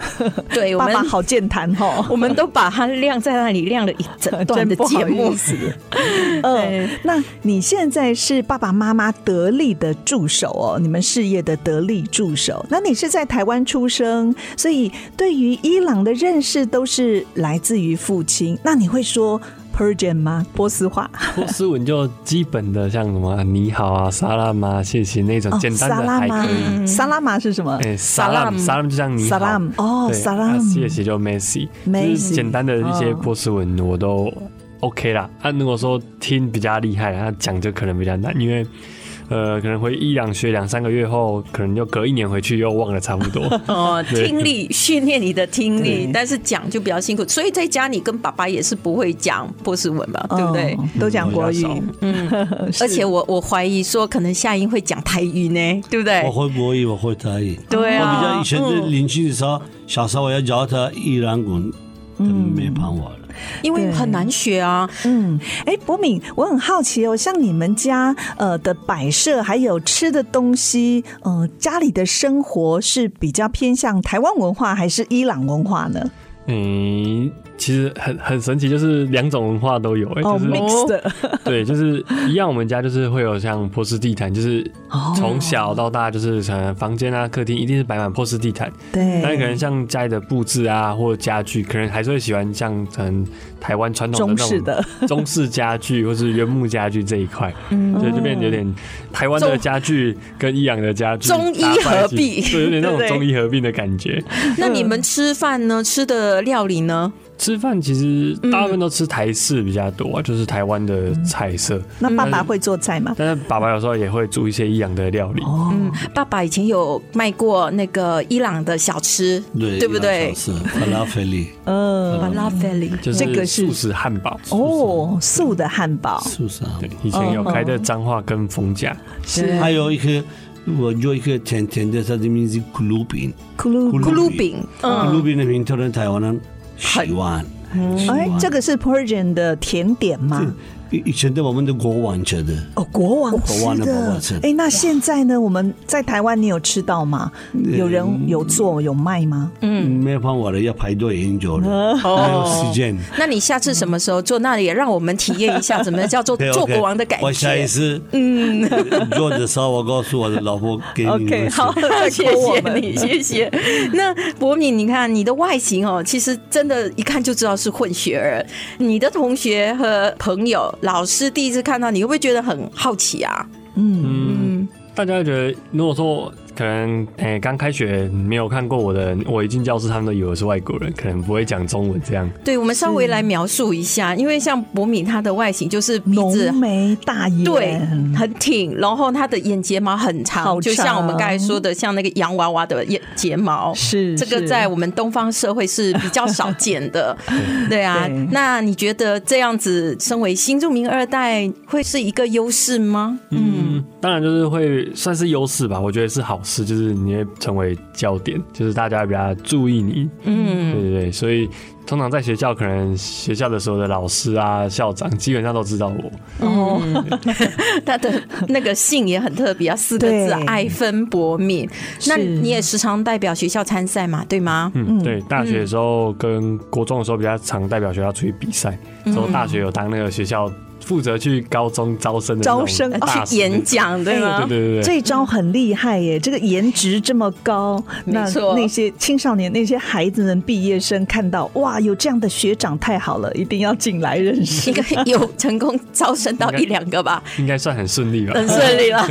Speaker 1: 对我
Speaker 2: 爸
Speaker 1: 们
Speaker 2: 爸好健谈哦。
Speaker 1: 我们都把它晾在那里晾了一整段的
Speaker 2: 真不好
Speaker 1: 节目
Speaker 2: 意。嗯， 那你现在是爸爸妈妈得力的助手哦，你们事业的得力助手。那你是在台湾出生，所以对于伊朗的认识都是来自于父亲。那你会说 Persian 吗？波斯话？
Speaker 5: 波斯文就基本的像什么你好啊、萨拉玛、谢谢那种简单
Speaker 2: 萨
Speaker 5: 的
Speaker 2: 哦拉哦
Speaker 5: 还可以。
Speaker 2: 玛，萨拉玛是什么？
Speaker 5: 哎，萨拉姆，萨拉姆就像你好。
Speaker 2: 萨拉姆哦，
Speaker 5: 对
Speaker 2: 萨拉
Speaker 5: 啊
Speaker 2: 姆，
Speaker 5: 谢谢就 Messi，就是
Speaker 2: Messi
Speaker 5: 简单的一些
Speaker 2: 嗯
Speaker 5: 波斯文我都 OK 啦。啊，如果说听比较厉害，他讲就可能比较难，因为。呃，可能会一两学两三个月后，可能就隔一年回去又忘了差不多。
Speaker 1: 哦，
Speaker 5: 对
Speaker 1: 听力训练你的听力
Speaker 2: 对，
Speaker 1: 但是讲就比较辛苦，所以在家里跟爸爸也是不会讲波斯文吧，
Speaker 2: 哦
Speaker 1: 对不对？？
Speaker 2: 都讲国语
Speaker 5: 比较少，
Speaker 1: 嗯，
Speaker 2: 是
Speaker 1: 而且我我怀疑说，可能夏英会讲台语呢，对不对
Speaker 4: 我？会国语，我会台语。
Speaker 1: 对
Speaker 4: 我
Speaker 1: 啊，
Speaker 4: 比较以前的
Speaker 1: 嗯
Speaker 4: 年轻的时候，小时候我要教他伊朗滚，他们没帮我了。
Speaker 1: 因为很难学啊，
Speaker 2: 嗯，哎，博敏，我很好奇哦，像你们家呃的摆设，还有吃的东西，呃，家里的生活是比较偏向台湾文化还是伊朗文化呢？
Speaker 5: 嗯，其实很很神奇，就是两种文化都有、哎，
Speaker 2: 哦
Speaker 5: 就是、
Speaker 2: ，mix 的，
Speaker 5: 对，就是一样。我们家就是会有像波斯地毯，就是
Speaker 1: 哦
Speaker 5: 从小到大就是呃房间啊、客厅一定是摆满波斯地毯。
Speaker 2: 对，
Speaker 5: 但是可能像家里的布置啊，或者家具，可能还是会喜欢像可能台湾传统
Speaker 2: 中
Speaker 5: 的那
Speaker 2: 式
Speaker 5: 种
Speaker 2: 的
Speaker 5: 中式家具，或是原木家具这一块，
Speaker 1: 嗯
Speaker 5: 对，就变得有点台湾的
Speaker 1: 中
Speaker 5: 家具跟伊朗的家具
Speaker 1: 中医
Speaker 5: 搭在一
Speaker 1: 合
Speaker 5: 起
Speaker 1: 璧
Speaker 5: 对，有点那
Speaker 1: 对
Speaker 5: 种
Speaker 1: 不对
Speaker 5: 中医合璧的感觉。
Speaker 1: 那你们吃饭呢？吃的料理呢？
Speaker 5: 吃饭其实
Speaker 2: 嗯
Speaker 5: 大部分都吃台式比较多啊，就是台湾的菜色，
Speaker 2: 那爸爸会做菜吗？
Speaker 5: 但是爸爸有时候也会煮一些伊朗的料理。
Speaker 2: 哦，
Speaker 1: 嗯，爸爸以前有卖过那个伊朗的小吃，
Speaker 4: 对，
Speaker 1: 嗯对不对？嗯
Speaker 4: 是法拉菲利，
Speaker 1: 巴
Speaker 2: 呃，
Speaker 1: 拉菲里，
Speaker 5: 就
Speaker 2: 这个
Speaker 5: 是
Speaker 2: 是
Speaker 5: 素食汉堡，
Speaker 2: 哦，素的汉堡
Speaker 4: 是不是啊？
Speaker 5: 对，以前有开的彰化跟逢甲，
Speaker 2: 是
Speaker 4: 还有一个，我有一个甜甜的，它的名字库鲁饼，哦
Speaker 2: 咕噜，
Speaker 1: 咕噜饼，
Speaker 4: 库鲁
Speaker 1: 嗯，
Speaker 4: 饼的名头人台湾人喜欢，喜
Speaker 2: 哎，
Speaker 4: 欢。
Speaker 2: 这个是 Persian 的甜点吗？
Speaker 4: 以以前的我们的国王吃的，
Speaker 2: 哦，国王吃
Speaker 4: 国王的国
Speaker 2: 的
Speaker 4: 王吃。的
Speaker 2: 哎，那现在呢？我们在台湾，你有吃到吗？有人有做有卖吗？
Speaker 4: 没帮我了，要排队很久了，
Speaker 2: 哦
Speaker 4: 没有时间。
Speaker 1: 哦那你下次什么时候做？那也让我们体验一下，怎么叫 做
Speaker 4: OK，OK，
Speaker 1: 做国王的感
Speaker 4: 我下一
Speaker 1: 觉。
Speaker 4: 次，嗯，做的时候我告诉我的老婆给你们
Speaker 2: OK，
Speaker 4: 吃
Speaker 2: 好，
Speaker 1: 谢
Speaker 2: 再
Speaker 1: 谢
Speaker 2: 扣我们。
Speaker 1: 你，谢 谢。那博敏，你看你的外形哦，其实真的，一看就知道是混血儿。你的同学和朋友、老师第一次看到你，会不会觉得很好奇啊？
Speaker 5: 嗯，大家觉得如果说可能诶刚、开学没有看过我的人，我一进教室他们都以为我是外国人，可能不会讲中文这样。
Speaker 1: 对，我们稍微来描述一下，因为像博敏她的外形就是鼻嗯子
Speaker 2: 浓眉大眼，
Speaker 1: 对，很挺，然后她的眼睫毛很长，
Speaker 2: 好
Speaker 1: 就像我们
Speaker 2: 长
Speaker 1: 刚才说的，像那个洋娃娃的眼睫毛。
Speaker 2: 是
Speaker 1: 这个
Speaker 2: 是
Speaker 1: 在我们东方社会是比较少见的，对啊
Speaker 2: 对。
Speaker 1: 那你觉得这样子，身为新住民二代，会是一个优势吗？
Speaker 5: 嗯，当然就是会算是优势吧，我觉得是好事，就是你会成为焦点，就是大家比较注意你。对
Speaker 1: 嗯，
Speaker 5: 对对，所以通常在学校，可能学校的时候的老师啊、校长基本上都知道我。
Speaker 2: 嗯
Speaker 1: 哦， 他的那个姓也很特别啊，四个字啊
Speaker 2: 对
Speaker 1: 艾芬博敏。那
Speaker 2: 是
Speaker 1: 你也时常代表学校参赛嘛，对吗？
Speaker 5: 嗯，对，大学的时候跟国中的时候比较常代表学校出去比赛，
Speaker 1: 嗯
Speaker 5: 之后大学有当那个学校负责去高中招生的那种
Speaker 2: 招生
Speaker 5: 大
Speaker 1: 哦去
Speaker 5: 使
Speaker 1: 演，讲，啊对吗？
Speaker 5: 对对对对。
Speaker 2: 这招很厉害耶！这个颜值这么高，
Speaker 1: 没
Speaker 2: 那
Speaker 1: 错
Speaker 2: 那些青少年、那些孩子们、毕业生看到哇，有这样的学长太好了，一定要进来认 识
Speaker 1: 应。该有成功招生到一两个吧，
Speaker 5: 应该算很顺利吧？
Speaker 1: 很顺利了。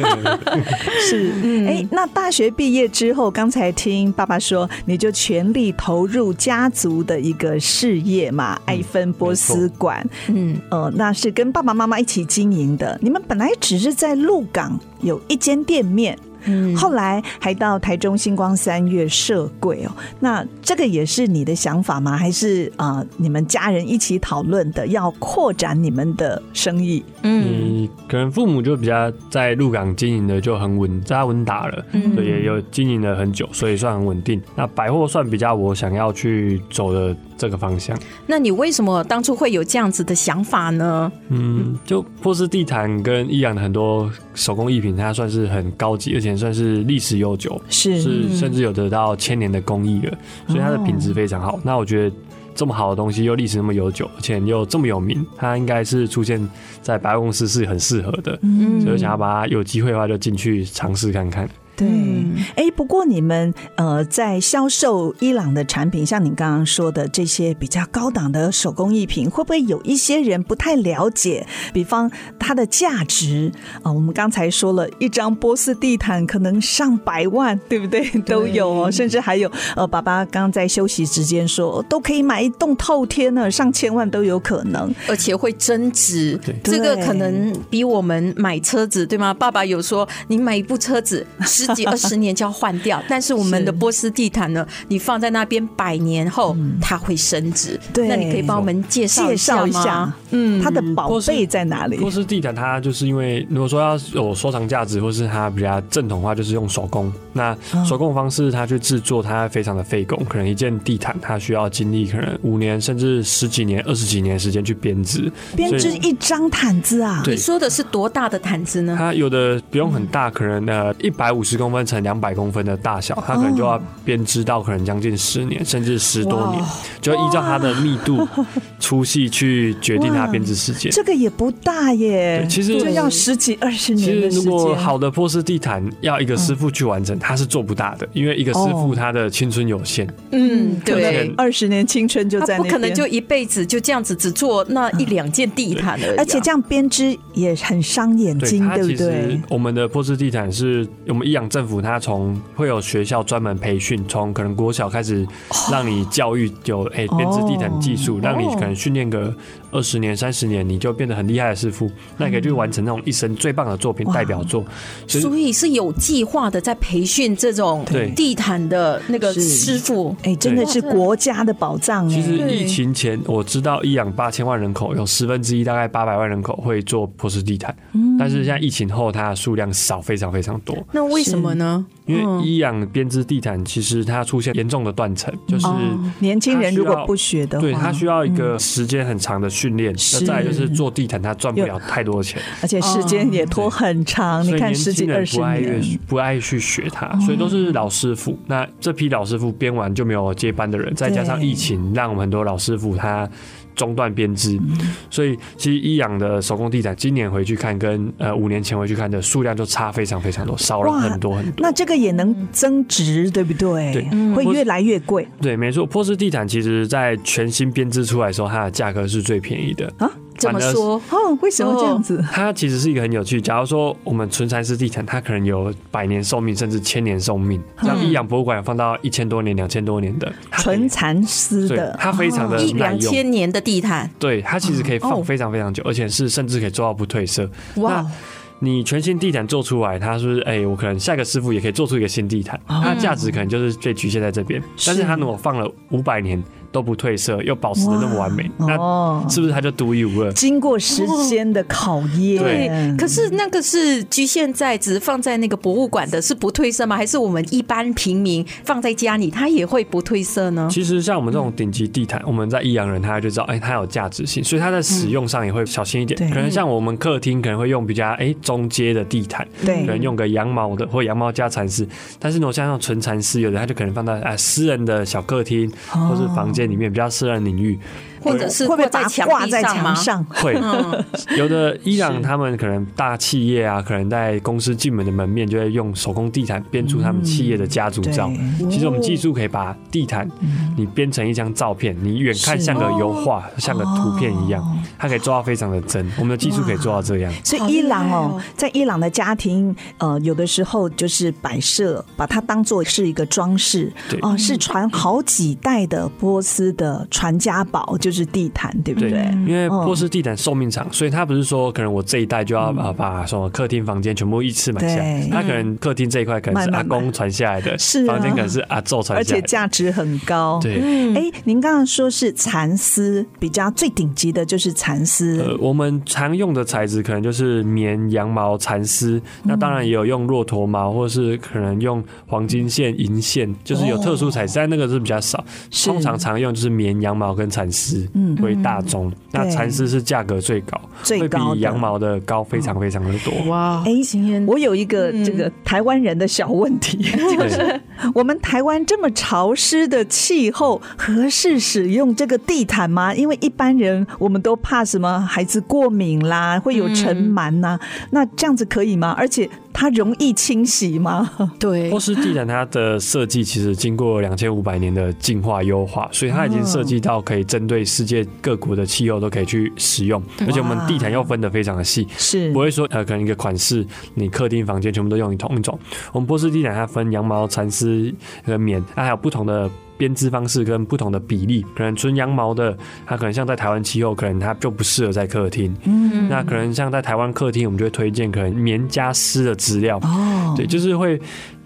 Speaker 2: 是，哎、
Speaker 1: 嗯
Speaker 2: 那大学毕业之后，刚才听爸爸说，你就全力投入家族的一个事业嘛，爱芬波斯馆，
Speaker 1: 嗯，
Speaker 2: 呃，那是跟爸爸妈妈一起经营的。你们本来只是在鹿港有一间店面，
Speaker 1: 嗯
Speaker 2: 后来还到台中星光三月设柜哦。那这个也是你的想法吗？还是啊、呃你们家人一起讨论的，要扩展你们的生意？
Speaker 1: 嗯
Speaker 5: 嗯，可能父母就比较在鹿港经营的就很稳，在稳打了，
Speaker 1: 嗯
Speaker 5: 对，也有经营了很久，所以算很稳定。那百货算比较我想要去走的这个方向。
Speaker 1: 那你为什么当初会有这样子的想法呢？
Speaker 5: 嗯，就波斯地毯跟伊朗的很多手工艺品，它算是很高级，而且算是历史悠久，
Speaker 2: 是
Speaker 5: 是甚至有得到千年的工艺了，所以它的品质非常好。那我觉得。这么好的东西，又历史那么悠久，而且又这么有名，它应该是出现在百货公司是很适合的，所以我想要把它有机会的话就进去尝试看看。
Speaker 2: 对
Speaker 1: 嗯，
Speaker 2: 哎、不过你们呃在销售伊朗的产品，像你刚刚说的这些比较高档的手工艺品，会不会有一些人不太了解？比方它的价值啊、呃我们刚才说了一张波斯地毯可能上百万，对不对？都有哦，甚至还有呃，爸爸刚刚在休息之间说，哦都可以买一栋透天呢，上千万都有可能。
Speaker 1: 而且会增值
Speaker 5: 对，
Speaker 1: 这个
Speaker 2: 对
Speaker 1: 可能比我们买车子对吗？爸爸有说，你买一部车子十几二十年就要换掉，但是我们的波斯地毯呢，你放在那边百年后它会升值。
Speaker 2: 对
Speaker 1: 那你可以帮我们介绍
Speaker 2: 介绍一
Speaker 1: 吗
Speaker 2: 下，嗯，它的宝贝在哪里？
Speaker 5: 波斯地毯它就是因为如果说要有收藏价值，或是它比较正统的话，就是用手工。那
Speaker 2: 嗯
Speaker 5: 手工方式它去制作，它非常的费工，可能一件地毯它需要经历可能五年甚至十几年、二十几年的时间去编织。
Speaker 2: 编织
Speaker 5: 所以
Speaker 2: 一张毯子啊，
Speaker 5: 对
Speaker 1: 你说的是多大的毯子呢？
Speaker 5: 它有的不用很大，可能呃一百五十公分乘两百公分的大小，它可能就
Speaker 2: 哦
Speaker 5: 要编织到可能将近十年甚至十多年
Speaker 1: 哇，
Speaker 5: 就依照它的密度、粗细去决定它编织时间。
Speaker 2: 这个也不大耶，
Speaker 5: 对其实
Speaker 2: 就要十几二十
Speaker 5: 其
Speaker 2: 年
Speaker 5: 实
Speaker 2: 的时
Speaker 5: 如
Speaker 2: 间。嗯
Speaker 5: 果好的波斯地毯要一个师傅去完成，他是做不大的，因为一个师
Speaker 2: 哦
Speaker 5: 傅他的青春有限，
Speaker 1: 嗯，对
Speaker 5: 对。
Speaker 2: 二十年青春就
Speaker 1: 他
Speaker 2: 在那
Speaker 1: 不
Speaker 2: 边，
Speaker 1: 可能就一辈子就这样子只做那一两件地毯而已啊、
Speaker 2: 而且这样编织也很伤眼
Speaker 5: 对
Speaker 2: 睛，
Speaker 5: 他
Speaker 2: 对
Speaker 5: 其
Speaker 2: 不
Speaker 5: 实
Speaker 2: 对？
Speaker 5: 我们的波斯地毯是我们伊朗政府，他从会有学校专门培训，从可能国小开始让你教育有哎
Speaker 2: 哦
Speaker 5: 编织地毯技术，让你可能训练个二十年三十年，你就变得很厉害的师傅，那你可以去完成那种一生最棒的作品代表作，所以
Speaker 1: 所以是有计划的在培训这种
Speaker 5: 对
Speaker 1: 地毯的那个
Speaker 2: 是
Speaker 1: 师傅。
Speaker 2: 哎，真的
Speaker 5: 对
Speaker 2: 是国家的宝藏
Speaker 5: 其实
Speaker 2: 哎。
Speaker 5: 疫情前，我知道伊朗八千万人口，有十分之一大概八百万人口会做波斯地毯，
Speaker 2: 嗯
Speaker 5: 但是现在疫情后，它的数量少非常非常多。
Speaker 1: 那为什么呢？
Speaker 5: 因为伊朗编织地毯其实它出现严重的断层，就
Speaker 2: 嗯
Speaker 5: 是
Speaker 2: 哦年轻人如果不学的话，嗯
Speaker 5: 对它需要一个时间很长的训练，
Speaker 2: 是
Speaker 5: 那再来就是做地毯它赚不了太多的钱，
Speaker 2: 而且时间也拖很长，
Speaker 5: 嗯所
Speaker 2: 你
Speaker 5: 以
Speaker 2: 看
Speaker 5: 年
Speaker 2: 十
Speaker 5: 轻
Speaker 2: 几二
Speaker 5: 人
Speaker 2: 十
Speaker 5: 不爱
Speaker 2: 年哦
Speaker 5: 越，不爱去学它，所以都是老师傅。那这批老师傅编完就没有接班的人，再加上
Speaker 2: 对
Speaker 5: 疫情，让我们很多老师傅他中断编织，
Speaker 2: 嗯
Speaker 5: 所以其实伊朗的手工地毯今年回去看跟呃五年前回去看的数量就差非常非常多，少了
Speaker 2: 哇
Speaker 5: 很多很多
Speaker 2: 那。这个也能增值，对不对？
Speaker 5: 对
Speaker 2: 会越来越贵
Speaker 5: 对，没错，波斯地毯其实在全新编织出来的时候，它的价格是最便宜的。
Speaker 2: 啊？
Speaker 1: 怎么
Speaker 5: 反而是
Speaker 1: 说？
Speaker 2: 哦，为什么这样子？
Speaker 5: 它其实是一个很有趣。假如说我们纯蚕丝地毯，它可能有百年寿命，甚至千年寿命。像伊朗博物馆有放到一千多年、两千多年的，它可以
Speaker 2: 纯蚕丝
Speaker 5: 对
Speaker 2: 的，哦
Speaker 5: 它非常的
Speaker 1: 哦一
Speaker 5: 耐
Speaker 1: 两
Speaker 5: 用。
Speaker 1: 千年的地毯，
Speaker 5: 对，它其实可以
Speaker 1: 哦
Speaker 5: 放非常非常久，而且是甚至可以做到不褪色。
Speaker 1: 哇
Speaker 5: 那你全新地毯做出来，它是不是哎、我可能下个师傅也可以做出一个新地毯，它的价值可能就是被局限在这边。但是它如果放了五百年都不褪色，又保持的那么完美，
Speaker 2: 哇哦
Speaker 5: 那是不是它就独一无二？
Speaker 2: 经过时间的考验，
Speaker 5: 对
Speaker 1: 可是那个是局限在只放在那个博物馆的，是不褪色吗？还是我们一般平民放在家里，它也会不褪色呢？
Speaker 5: 其实像我们这种顶级地毯，我们在益阳人他就知道，哎，它有价值性，所以它在使用上也会小心一点
Speaker 2: 对。
Speaker 5: 可能像我们客厅可能会用比较哎中阶的地毯，可能
Speaker 2: 对，
Speaker 5: 用个羊毛的或羊毛加蚕丝，但是呢，像那种纯蚕丝，有的它就可能放在啊私人的小客厅或是房间里面比较私人领域，
Speaker 1: 或者是
Speaker 2: 会不会
Speaker 1: 挂在
Speaker 2: 把它
Speaker 1: 墙
Speaker 2: 挂
Speaker 1: 壁
Speaker 2: 在
Speaker 1: 上吗
Speaker 2: 墙？上？
Speaker 5: 会
Speaker 2: 嗯
Speaker 5: 有的伊朗他们可能大企业啊，可能在公司进门的门面就会用手工地毯编出他们企业的家族照
Speaker 2: 嗯。
Speaker 5: 其实我们技术可以把地毯你编成一张照片，你远看像个油画、像个图片一样，
Speaker 2: 哦
Speaker 5: 它可以做到非常的真。我们的技术可以做到这样。
Speaker 2: 所
Speaker 1: 好
Speaker 2: 以
Speaker 1: 厉
Speaker 2: 伊朗
Speaker 1: 害
Speaker 2: 哦
Speaker 1: 哦，
Speaker 2: 在伊朗的家庭，呃，有的时候就是摆设，把它当做是一个装饰，
Speaker 5: 对
Speaker 2: 哦、是
Speaker 1: 嗯
Speaker 2: 传好几代的波斯的传家宝，就是地毯，对不对？
Speaker 5: 因为
Speaker 2: 嗯
Speaker 5: 波斯地毯寿命长，所以它不是说可能我这一代就要啊把什么客厅、房间全部依次买下
Speaker 2: 对
Speaker 5: 来，它可能客厅这一块可能是
Speaker 2: 慢
Speaker 5: 阿
Speaker 2: 慢买
Speaker 5: 公传下来的，
Speaker 2: 是啊
Speaker 5: 房间可能是阿昼传
Speaker 2: 而
Speaker 5: 下来
Speaker 2: 且
Speaker 5: 的，
Speaker 2: 价值很高。，
Speaker 5: 对。
Speaker 1: 嗯
Speaker 2: 哎，您刚刚说是蚕丝，比较最顶级的就是蚕丝，
Speaker 5: 呃，我们常用的材质可能就是棉、羊毛、蚕丝，那当然也有用骆驼毛，或者是可能用黄金线、银线，
Speaker 2: 嗯
Speaker 5: 就是有特殊材质，但那个是比较少。
Speaker 2: 是
Speaker 5: 通常常用就是棉、羊毛跟蚕丝为大宗，
Speaker 2: 嗯
Speaker 5: 那
Speaker 2: 对
Speaker 5: 蚕丝是价格最高，
Speaker 2: 最
Speaker 5: 会
Speaker 2: 高的
Speaker 5: 比羊毛的高非常非常的多。
Speaker 1: 哇
Speaker 2: 哎，我有一个
Speaker 1: 嗯
Speaker 2: 这个台湾人的小问 题， 就是我们台湾这么潮湿的气候，合适使用这个地毯吗？因为一般人我们都
Speaker 5: 嗯
Speaker 2: 怕什么孩子过敏啦，会有尘螨呐，那这样子可以吗？而且它容易清洗吗？
Speaker 1: 对
Speaker 5: 波，斯地毯它的设计其实经过两千五百年的进化优化，所以它已经设计到可以针对世界各国的气候都可以去使用，
Speaker 2: 嗯
Speaker 5: 而且我们地毯又分得非常的细，
Speaker 2: 是
Speaker 5: 不会说呃可能一个款式你客厅房间全部都用同一种。我们波斯地毯它分羊毛、蚕丝和棉，它还有不同的。编织方式跟不同的比例，可能纯羊毛的，它可能像在台湾气候，可能它就不适合在客厅。嗯，那可能像在台湾客厅，我们就会推荐可能棉加丝的资料。
Speaker 2: 哦，
Speaker 5: 对，就是会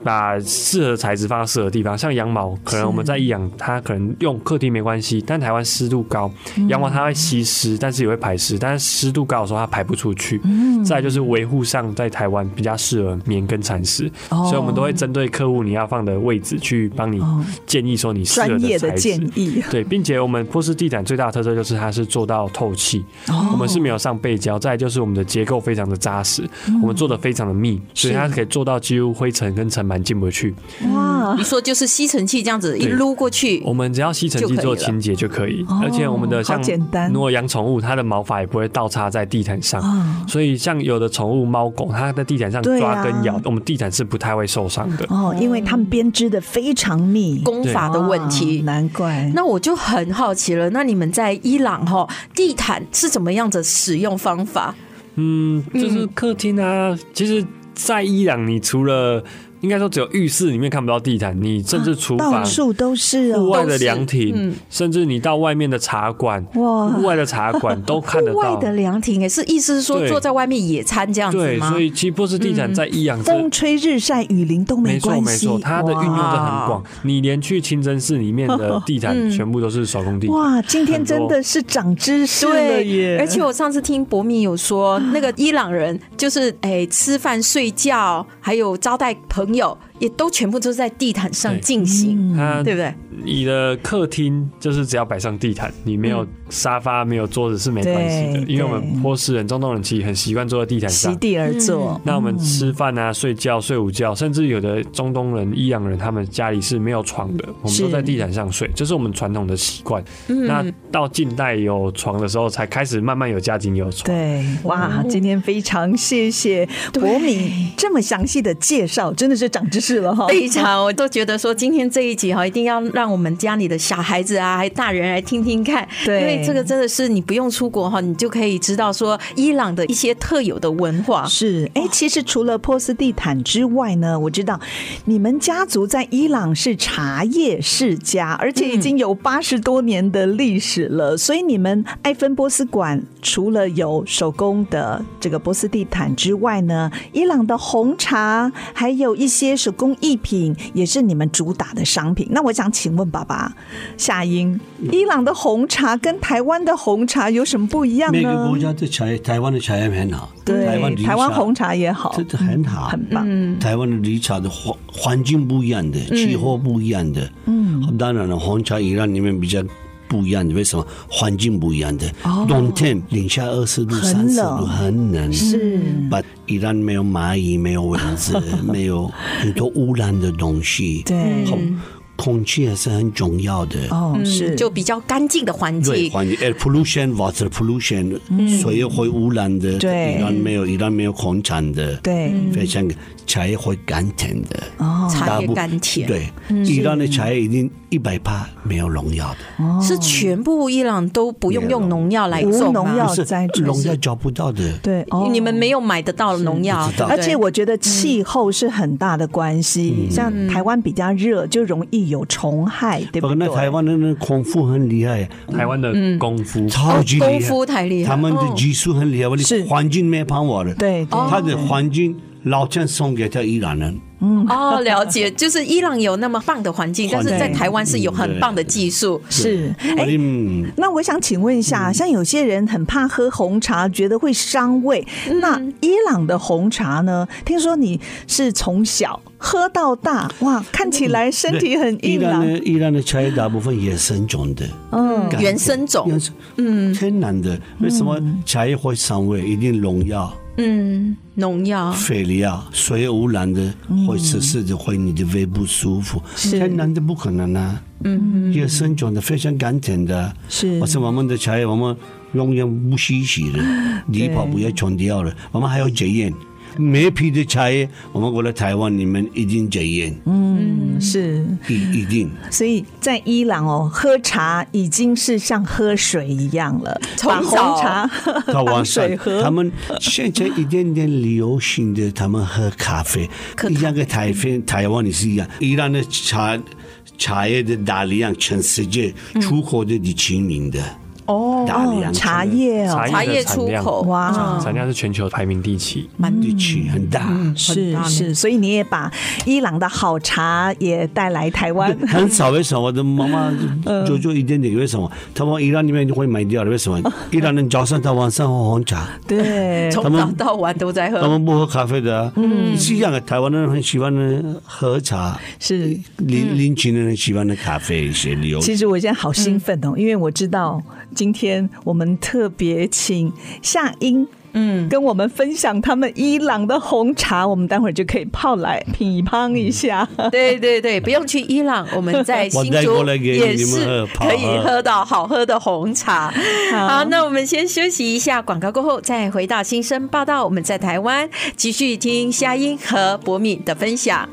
Speaker 5: 把适合材质放到适合的地方。像羊毛，可能我们在一养，它可能用客厅没关系，但台湾湿度高，
Speaker 2: 嗯
Speaker 5: 羊毛它会吸湿，但是也会排湿，但是湿度高的时候它排不出去。
Speaker 2: 嗯
Speaker 5: 再来就是维护上，在台湾比较适合棉跟蚕丝，
Speaker 2: 哦
Speaker 5: 所以我们都会针对客户你要放的位置去帮你
Speaker 2: 哦
Speaker 5: 建议说你适合
Speaker 2: 专业的
Speaker 5: 材
Speaker 2: 建
Speaker 5: 质。
Speaker 2: 议
Speaker 5: 对，并且我们波斯地毯最大的特色就是它是做到透气，
Speaker 2: 哦
Speaker 5: 我们是没有上背胶，再来就是我们的结构非常的扎实，
Speaker 2: 嗯
Speaker 5: 我们做的非常的密，所以它可以做到几乎灰尘跟尘螨进不去。
Speaker 2: 嗯哇
Speaker 1: 你说就是吸尘器这样子一
Speaker 5: 对
Speaker 1: 撸过去
Speaker 5: 我，们只要吸尘器做清洁就可以
Speaker 2: 可以了，
Speaker 5: 而且我们
Speaker 2: 哦
Speaker 5: 的像
Speaker 2: 好简单
Speaker 5: 如果养宠物，它的毛发也不会倒插在地毯上。
Speaker 2: 啊
Speaker 5: 所以，像有的宠物猫狗，它在地毯上
Speaker 2: 对啊
Speaker 5: 抓跟咬，我们地毯是不太会受伤的。
Speaker 2: 哦，因为他们编织的非常密，
Speaker 1: 功法的问题
Speaker 2: 哇。啊难怪。
Speaker 1: 那我就很好奇了，那你们在伊朗哈地毯是怎么样的使用方法？
Speaker 5: 嗯，就是客厅啊，其实，在伊朗，你除了应该说只有浴室里面看不到地毯，你甚至厨
Speaker 2: 到
Speaker 5: 房、
Speaker 2: 处都啊是
Speaker 5: 户
Speaker 2: 哦，
Speaker 5: 外的凉亭，
Speaker 1: 嗯
Speaker 5: 甚至你到外面的茶馆、
Speaker 2: 哇
Speaker 5: 户外的茶馆都看得
Speaker 1: 户外
Speaker 5: 到。
Speaker 1: 的凉亭，哎，是意思是说
Speaker 5: 对
Speaker 1: 坐在外面野餐这样子
Speaker 5: 对，
Speaker 1: 吗？
Speaker 5: 所以其实波斯地毯在伊朗这
Speaker 2: 风吹日晒雨淋都
Speaker 5: 没错
Speaker 2: 关
Speaker 5: 没
Speaker 2: 系。
Speaker 5: 错，它的运用的很广
Speaker 1: 哇，
Speaker 5: 你连去清真寺里面的地毯全部都是手工地毯。
Speaker 2: 哇，今天
Speaker 5: 很多
Speaker 2: 真的是长知识了
Speaker 1: 对，
Speaker 2: 耶！
Speaker 1: 而且我上次听博明有说， 那个伊朗人就是哎，吃饭、睡觉，还有招待朋友，也都全部都在地毯上
Speaker 5: 对
Speaker 1: 进行，
Speaker 2: 嗯
Speaker 5: 它
Speaker 1: 对不对？
Speaker 5: 你的客厅就是只要摆上地毯，你没有沙发、没有桌子是没关系的，
Speaker 2: 对
Speaker 5: 因为
Speaker 2: 对
Speaker 5: 我们波斯人、中东人其实很习惯坐在地毯
Speaker 2: 席
Speaker 5: 上。
Speaker 2: 地而坐，
Speaker 5: 那我们吃饭啊、睡觉、睡午觉，甚至有的中东人、伊朗人，他们家里是没有床的，我们
Speaker 2: 是
Speaker 5: 都在地毯上睡，这是我们传统的习惯。
Speaker 1: 嗯
Speaker 5: 那到近代有床的时候，才开始慢慢有家庭有床。
Speaker 2: 对，哇，今天非常谢谢博敏这么详细的介绍，真的是长知识了哈。
Speaker 1: 非常，我都觉得说今天这一集哈，一定要让我们家里的小孩子啊，还有大人来听听看，
Speaker 2: 对
Speaker 1: 因为这个真的是你不用出国哈，你就可以知道说伊朗的一些特有的文化。
Speaker 2: 是，哎，其实除了波斯地毯之外呢，我知道你们家族在伊朗是茶叶世家，而且已经有八十多年的历史了。所以你们艾芬波斯馆除了有手工的这个波斯地毯之外呢，伊朗的红茶还有一些手工艺品也是你们主打的商品。那我想请问爸爸夏英，伊朗的红茶跟台湾的红茶有什么不一样呢？
Speaker 4: 每个国家的茶叶，台湾的茶叶很好，
Speaker 2: 对
Speaker 4: 台湾绿
Speaker 2: 台湾红茶也好嗯
Speaker 4: 真的很好，
Speaker 2: 很棒。
Speaker 4: 台湾的绿茶的环环境不一样的，
Speaker 2: 嗯
Speaker 4: 气候不一样的，嗯，当然了，红茶也让你们比较。不一样的，为
Speaker 2: 哦
Speaker 4: 什么环境不一样的？冬天零下二十度、
Speaker 2: 很
Speaker 4: 三十
Speaker 2: 冷
Speaker 4: 度，很冷。
Speaker 2: 是，
Speaker 4: 把依然没有蚂蚁，没有蚊 子，没有很多污染的东西。
Speaker 2: 对，
Speaker 4: 空气也是很重要的。
Speaker 2: 哦，
Speaker 1: 嗯
Speaker 2: 是
Speaker 1: 就比较干净的环
Speaker 4: 对，
Speaker 1: 境。
Speaker 4: 环境 air pollution、water pollution，、水会污染的。
Speaker 2: 嗯对
Speaker 4: 依然没有，依然没有空产的。，
Speaker 2: 对，
Speaker 1: 嗯
Speaker 4: 非常茶叶会甘甜的。
Speaker 2: 哦，
Speaker 1: 茶叶
Speaker 4: 大部
Speaker 1: 甘甜，，
Speaker 4: 对，伊朗的茶叶已经一百八没有农药的，
Speaker 2: 哦
Speaker 1: 是全部伊朗都不用用农药来
Speaker 2: 无
Speaker 1: 种啊
Speaker 2: 农
Speaker 1: 吗？
Speaker 2: 药
Speaker 4: 不是
Speaker 2: 栽种，
Speaker 4: 农药找不到的。
Speaker 2: 对，哦
Speaker 1: 你们。没有买得到农药
Speaker 4: 不知，道
Speaker 1: 对
Speaker 2: 而
Speaker 1: 不对
Speaker 2: 且我觉得气候是很大的关系，
Speaker 4: 嗯
Speaker 2: 像台湾比较热，就容易有虫害，对不
Speaker 4: 不过那
Speaker 2: 对？
Speaker 4: 台湾的那功夫很厉害，
Speaker 5: 台湾的
Speaker 1: 嗯
Speaker 5: 功夫，
Speaker 4: 超级厉害，
Speaker 1: 功夫太厉害
Speaker 4: 他们的技术很厉害，我
Speaker 2: 是
Speaker 4: 的环境没办法的，
Speaker 2: 对对
Speaker 4: 他的环境老天送给他伊朗人，
Speaker 1: 哦，了解， 就是伊朗有那么棒的环境，但
Speaker 4: 环
Speaker 1: 是
Speaker 4: 境
Speaker 1: 在台湾是有很棒的技术。
Speaker 2: 是，
Speaker 4: 我
Speaker 2: 哎
Speaker 4: 的，嗯
Speaker 2: 那我想请问一下，像有些人很怕喝红茶，觉得会伤胃，
Speaker 1: 嗯
Speaker 2: 那伊朗的红茶呢？听说你是从小喝到大，哇，看起来身体很
Speaker 4: 伊
Speaker 2: 硬
Speaker 4: 朗
Speaker 2: 朗，
Speaker 4: 的嗯伊朗的茶叶大部分也生种的，
Speaker 2: 嗯，
Speaker 4: 感
Speaker 1: 原生种
Speaker 4: 原生嗯，很难的。为什么茶叶会伤胃？一定农药、
Speaker 1: 嗯，农药
Speaker 4: 肥料、水污染的，会吃吃的会你的胃不舒服，很难的，不可能啊。嗯，也生种的非常甘甜的，
Speaker 2: 是
Speaker 4: 而且我们 的茶叶我们永远不稀奇的，第一泡不要冲掉了，我们还要检验。每一批的茶叶，我们过来台湾，你们一定检验，
Speaker 2: 嗯，是，
Speaker 4: 一一定。
Speaker 2: 所以在伊朗哦，喝茶已经是像喝水一样了，
Speaker 1: 从
Speaker 2: 把红
Speaker 1: 早
Speaker 2: 茶
Speaker 4: 到晚
Speaker 2: 当
Speaker 4: 上
Speaker 2: 水，喝。
Speaker 4: 他们现在一点点流行的，他们喝咖啡，一样跟台湾台湾也是一样，伊朗的茶茶叶的大量全世界
Speaker 2: 嗯
Speaker 4: 出口的第七名的哦，大量
Speaker 2: 茶叶哦，
Speaker 1: 茶叶
Speaker 5: 叶的产
Speaker 1: 出
Speaker 5: 量
Speaker 1: 口
Speaker 2: 哇，
Speaker 5: 产量是全球排名第七。
Speaker 4: 第七很大。
Speaker 2: 是是，所以你也把伊朗的好茶也带来台湾。
Speaker 4: 很少，为什么？我的妈妈
Speaker 2: 嗯
Speaker 4: 就就一点点，为什么？他们伊朗那边就会买掉的，为什么？
Speaker 2: 嗯
Speaker 4: 伊朗人早上到晚上喝红茶，
Speaker 2: 对，
Speaker 1: 从早到晚都在
Speaker 2: 嗯
Speaker 4: 他
Speaker 1: 喝。
Speaker 4: 们不喝咖啡的、啊。嗯，是一样的，台湾人很喜欢喝茶，
Speaker 2: 是。
Speaker 4: 年年轻人喜欢的咖啡一些流。
Speaker 2: 其实我现在好兴奋哦，因为我知道今天我们特别请夏英。嗯，跟我们分享他们伊朗的红茶，我们待会儿就可以泡来品乓一下。
Speaker 1: 对对对，不用去伊朗，我们 在
Speaker 4: 我
Speaker 1: 新
Speaker 4: 带过
Speaker 1: 竹
Speaker 4: 来给
Speaker 1: 也
Speaker 4: 你们
Speaker 1: 是
Speaker 4: 喝啊泡
Speaker 1: 可以
Speaker 4: 喝
Speaker 1: 喝到好喝的红茶。好，那我们先休息一下，广告过后再回到新生报道。我们在台湾继续听夏英和博敏的分享。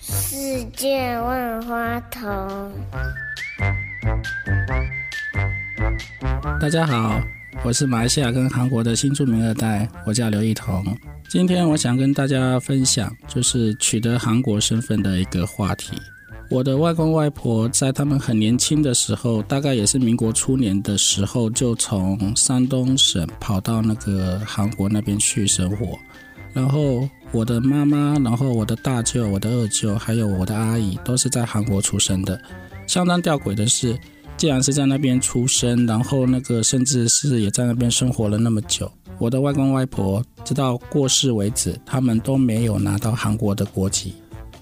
Speaker 6: 世界万花筒。
Speaker 7: 大家好，我是马来西亚跟韩国的新著名二代，我叫刘一彤。今天我想跟大家分享，就是取得韩国身份的一个话题。我的外公外婆在他们很年轻的时候，大概也是民国初年的时候，就从山东省跑到那个韩国那边去生活。然后我的妈妈，然后我的大舅、我的二舅，还有我的阿姨，都是在韩国出生的。相当吊诡的是，既然是在那边出生，然后那个甚至是也在那边生活了那么久，我的外公外婆直到过世为止，他们都没有拿到韩国的国籍。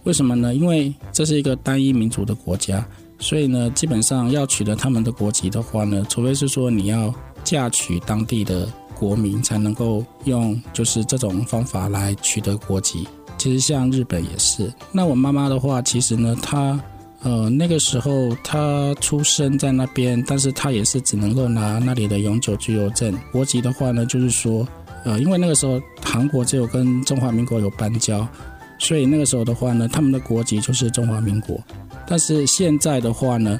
Speaker 7: 为什么呢？因为这是一个单一民族的国家，所以呢，基本上要取得他们的国籍的话呢，除非是说你要嫁娶当地的国民，才能够用就是这种方法来取得国籍。其实像日本也是。那我妈妈的话，其实呢，她呃，那个时候他出生在那边，但是他也是只能够拿那里的永久居留证。国籍的话呢，就是说，呃，因为那个时候韩国只有跟中华民国有邦交，所以那个时候的话呢，他们的国籍就是中华民国。但是现在的话呢，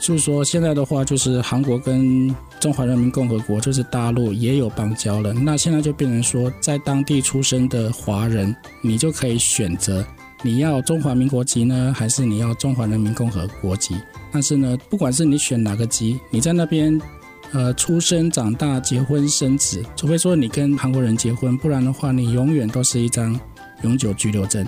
Speaker 7: 就是说现在的话就是韩国跟中华人民共和国，就是大陆也有邦交了。那现在就变成说，在当地出生的华人，你就可以选择你要中华民国籍呢，还是你要中华人民共和国籍？但是呢，不管是你选哪个籍，你在那边，呃，出生、长大、结婚、生子，除非说你跟韩国人结婚，不然的话，你永远都是一张永久居留证。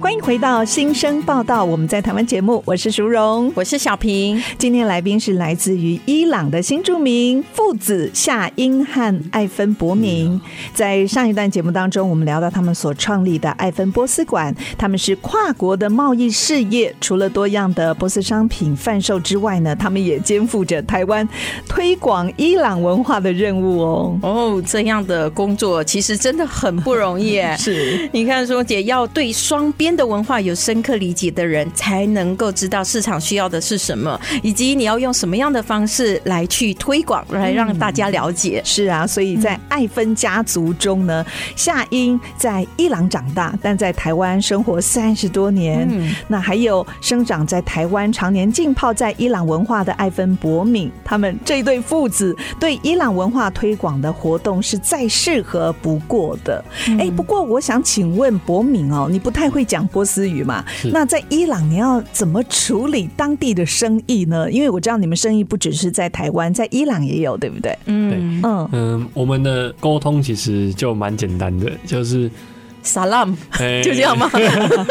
Speaker 2: 欢迎回到新生报道，我们在台湾节目，我是淑荣。
Speaker 1: 我是小平，
Speaker 2: 今天来宾是来自于伊朗的新著名父子夏英和艾芬博明。在上一段节目当中，我们聊到他们所创立的艾芬波斯馆，他们是跨国的贸易事业，除了多样的波斯商品贩售之外呢，他们也肩负着台湾推广伊朗文化的任务哦。。
Speaker 1: 哦，这样的工作其实真的很不容易耶
Speaker 2: 是，
Speaker 1: 你看，说姐要对双边的文化有深刻理解的人，才能够知道市场需要的是什么，以及你要用什么样的方式来去推广，来让大家了解。
Speaker 2: 是啊，所以在艾芬家族中呢，夏英在伊朗长大，但在台湾生活三十多年。那还有生长在台湾、常年浸泡在伊朗文化的艾芬博敏，他们这一对父子对伊朗文化推广的活动是再适合不过的。哎、不过我想请问博敏哦，你不太会讲波斯语嘛？那在伊朗你要怎么处理当地的生意呢？因为我知道你们生意不只是在台湾，在伊朗也有，对不对？
Speaker 5: 对
Speaker 1: 嗯，
Speaker 2: 嗯。
Speaker 5: 嗯，我们的沟通其实就蛮简单的，就是
Speaker 1: salam，
Speaker 5: 哎
Speaker 1: 就这样吗？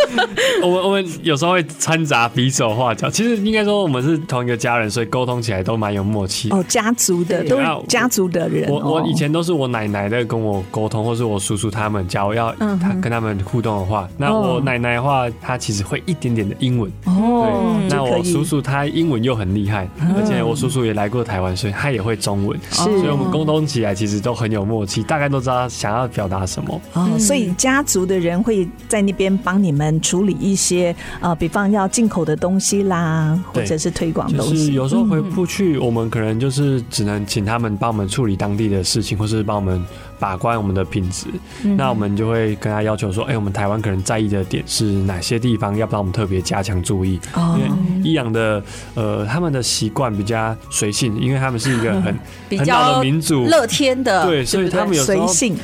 Speaker 5: 我们我们有时候会掺杂比手画脚，其实应该说我们是同一个家人，所以沟通起来都蛮有默契。
Speaker 2: 哦，家族的
Speaker 5: 对
Speaker 2: 都
Speaker 5: 啊
Speaker 2: 是家族的人。
Speaker 5: 我我
Speaker 2: 哦
Speaker 5: 以前都是我奶奶在跟我沟通，或是我叔叔他们，假如要
Speaker 2: 嗯
Speaker 5: 他跟他们互动的话，那我奶奶的话，她其实会一点点的英文。
Speaker 2: 哦
Speaker 5: 对，，那
Speaker 2: 就可
Speaker 5: 我
Speaker 2: 以啊
Speaker 5: 叔叔他英文又很厉害，而且我叔叔也来过台湾，所以他也会中文，
Speaker 2: 哦
Speaker 5: 所以我们沟通起来其实都很有默契，大概都知道他想要表达什么。
Speaker 2: 哦，所以家族的人会在那边帮你们处理一些呃，比方要进口的东西啦，或
Speaker 5: 对
Speaker 2: 者是推广
Speaker 5: 就
Speaker 2: 东西。
Speaker 5: 是有时候
Speaker 1: 嗯
Speaker 5: 回不去，我们可能就是只能请他们帮我们处理当地的事
Speaker 2: 嗯
Speaker 5: 情，或是帮我们把关我们的品质。
Speaker 1: 嗯
Speaker 5: 那我们就会跟他要求说，哎、我们台湾可能在意的点是哪些地方，要不然我们特别加强注意。
Speaker 2: 哦
Speaker 5: 因为伊朗的呃，他们的习惯比较随性，因为他们是一个很
Speaker 1: 比
Speaker 5: 很老
Speaker 1: 较
Speaker 5: 的民族，
Speaker 1: 乐天的，
Speaker 5: 对，所以
Speaker 1: 不对
Speaker 5: 他们有时
Speaker 2: 嗯随
Speaker 5: 候
Speaker 2: 性，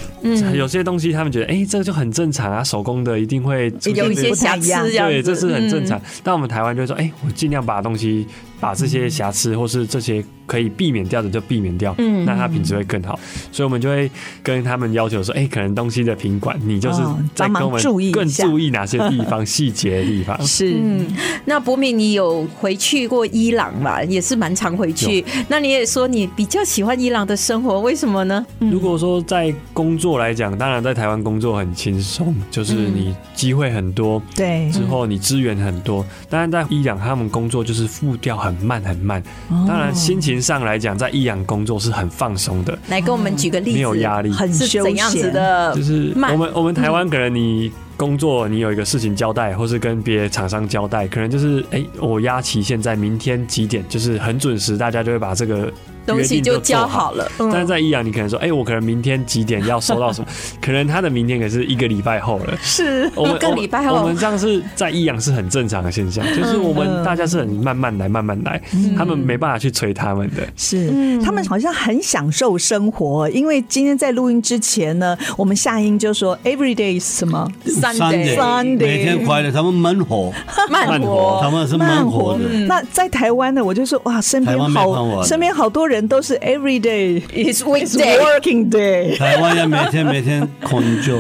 Speaker 5: 有些东西他们觉得，哎、这个就很正常啊，手工的一定会出现
Speaker 1: 有一
Speaker 5: 这
Speaker 1: 些
Speaker 5: 个
Speaker 1: 瑕疵这样
Speaker 5: 对，
Speaker 1: 子，
Speaker 5: 这是很正
Speaker 1: 嗯
Speaker 5: 常。但我们台湾就会说，哎、我尽量把东西，把这些瑕疵或是这些可以避免掉的就避免掉，
Speaker 1: 嗯
Speaker 5: 那它品质会更好。所以我们就会跟他们要求说，哎、可能东西的品管，你就是
Speaker 2: 哦
Speaker 5: 在
Speaker 2: 帮
Speaker 5: 跟
Speaker 2: 忙
Speaker 5: 我们
Speaker 2: 注意一
Speaker 5: 更
Speaker 2: 下
Speaker 5: 注意哪些地方细节的地方。
Speaker 2: 是
Speaker 1: 嗯，那博敏，你有回去过伊朗嘛？也是蛮常回去。那你也说你比较喜欢伊朗的生活，为什么呢？
Speaker 5: 如果说在工作来讲，当然在台湾工作很轻松，就是你机会很多，
Speaker 2: 对，
Speaker 5: 之后你资源很多，当然在伊朗他们工作就是步调很慢很慢，当然心情上来讲，在伊朗工作是很放松的，
Speaker 1: 来跟我们举个例子，
Speaker 5: 没有压力，
Speaker 2: 很
Speaker 1: 是
Speaker 2: 休
Speaker 1: 怎样子
Speaker 2: 闲。
Speaker 1: 的
Speaker 5: 就？是
Speaker 1: 慢嗯
Speaker 5: 我们我们台湾可能你。工作你有一个事情交代，或是跟别的厂商交代，可能就是哎、我压期限在明天几点，就是很准时，大家就会把这个
Speaker 1: 东西
Speaker 5: 约定
Speaker 1: 就
Speaker 5: 都做
Speaker 1: 教
Speaker 5: 好
Speaker 1: 好了，嗯
Speaker 5: 但是在伊朗，你可能说，哎、我可能明天几点要收到 什么？可能他的明天可是一个礼拜后了。
Speaker 2: 是
Speaker 5: 我们
Speaker 1: 一个礼拜后
Speaker 5: 我们我们这样是在伊朗是很正常的现象，就是我
Speaker 1: 嗯
Speaker 5: 们大家是很慢慢来，慢慢来，他们没办法去催他们的。
Speaker 2: 是，
Speaker 1: 嗯
Speaker 2: 他们好像很享受生活，因为今天在录音之前呢，我们夏英就说 every day is 什么
Speaker 1: Sunday
Speaker 2: Sunday
Speaker 4: 每天快乐，他们慢活，
Speaker 1: 慢
Speaker 4: 他
Speaker 1: 活。
Speaker 4: 们是慢活的。
Speaker 2: 那在台湾呢，我就说哇，身边
Speaker 4: 台湾没办法
Speaker 2: 好
Speaker 4: 玩
Speaker 2: 身边好多人都是 every day
Speaker 1: It's
Speaker 2: is
Speaker 1: weekday，
Speaker 2: working day
Speaker 4: 台湾要每天每天工作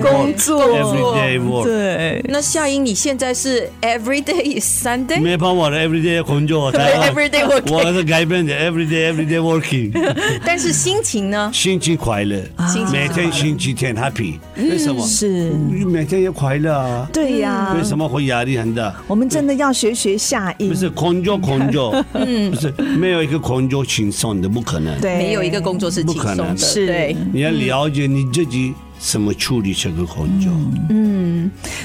Speaker 2: 工作
Speaker 4: ，everyday work，
Speaker 2: 对。
Speaker 1: 那夏英，你现在是 every day is Sunday，every
Speaker 4: 没办法了，everyday 工作。台湾
Speaker 1: day work，
Speaker 4: 我是改变的，everyday everyday working，
Speaker 1: 但是心情呢？
Speaker 4: 心情快乐，
Speaker 1: 心情快
Speaker 4: 每
Speaker 1: 乐
Speaker 4: 天星期天 happy，为什么？
Speaker 2: 是，
Speaker 4: 每天要快乐啊，
Speaker 2: 对呀、
Speaker 4: 为什么会压力很大？
Speaker 2: 我们真的要学学夏英，
Speaker 4: 不是工作工作，不是没有一个工作轻松的，不可能。
Speaker 2: 对，
Speaker 1: 没有一个工作是轻
Speaker 4: 不可
Speaker 1: 松的，
Speaker 4: 能
Speaker 2: 是
Speaker 1: 对。
Speaker 4: 你要了解你自己怎么处理这个工作。
Speaker 2: 嗯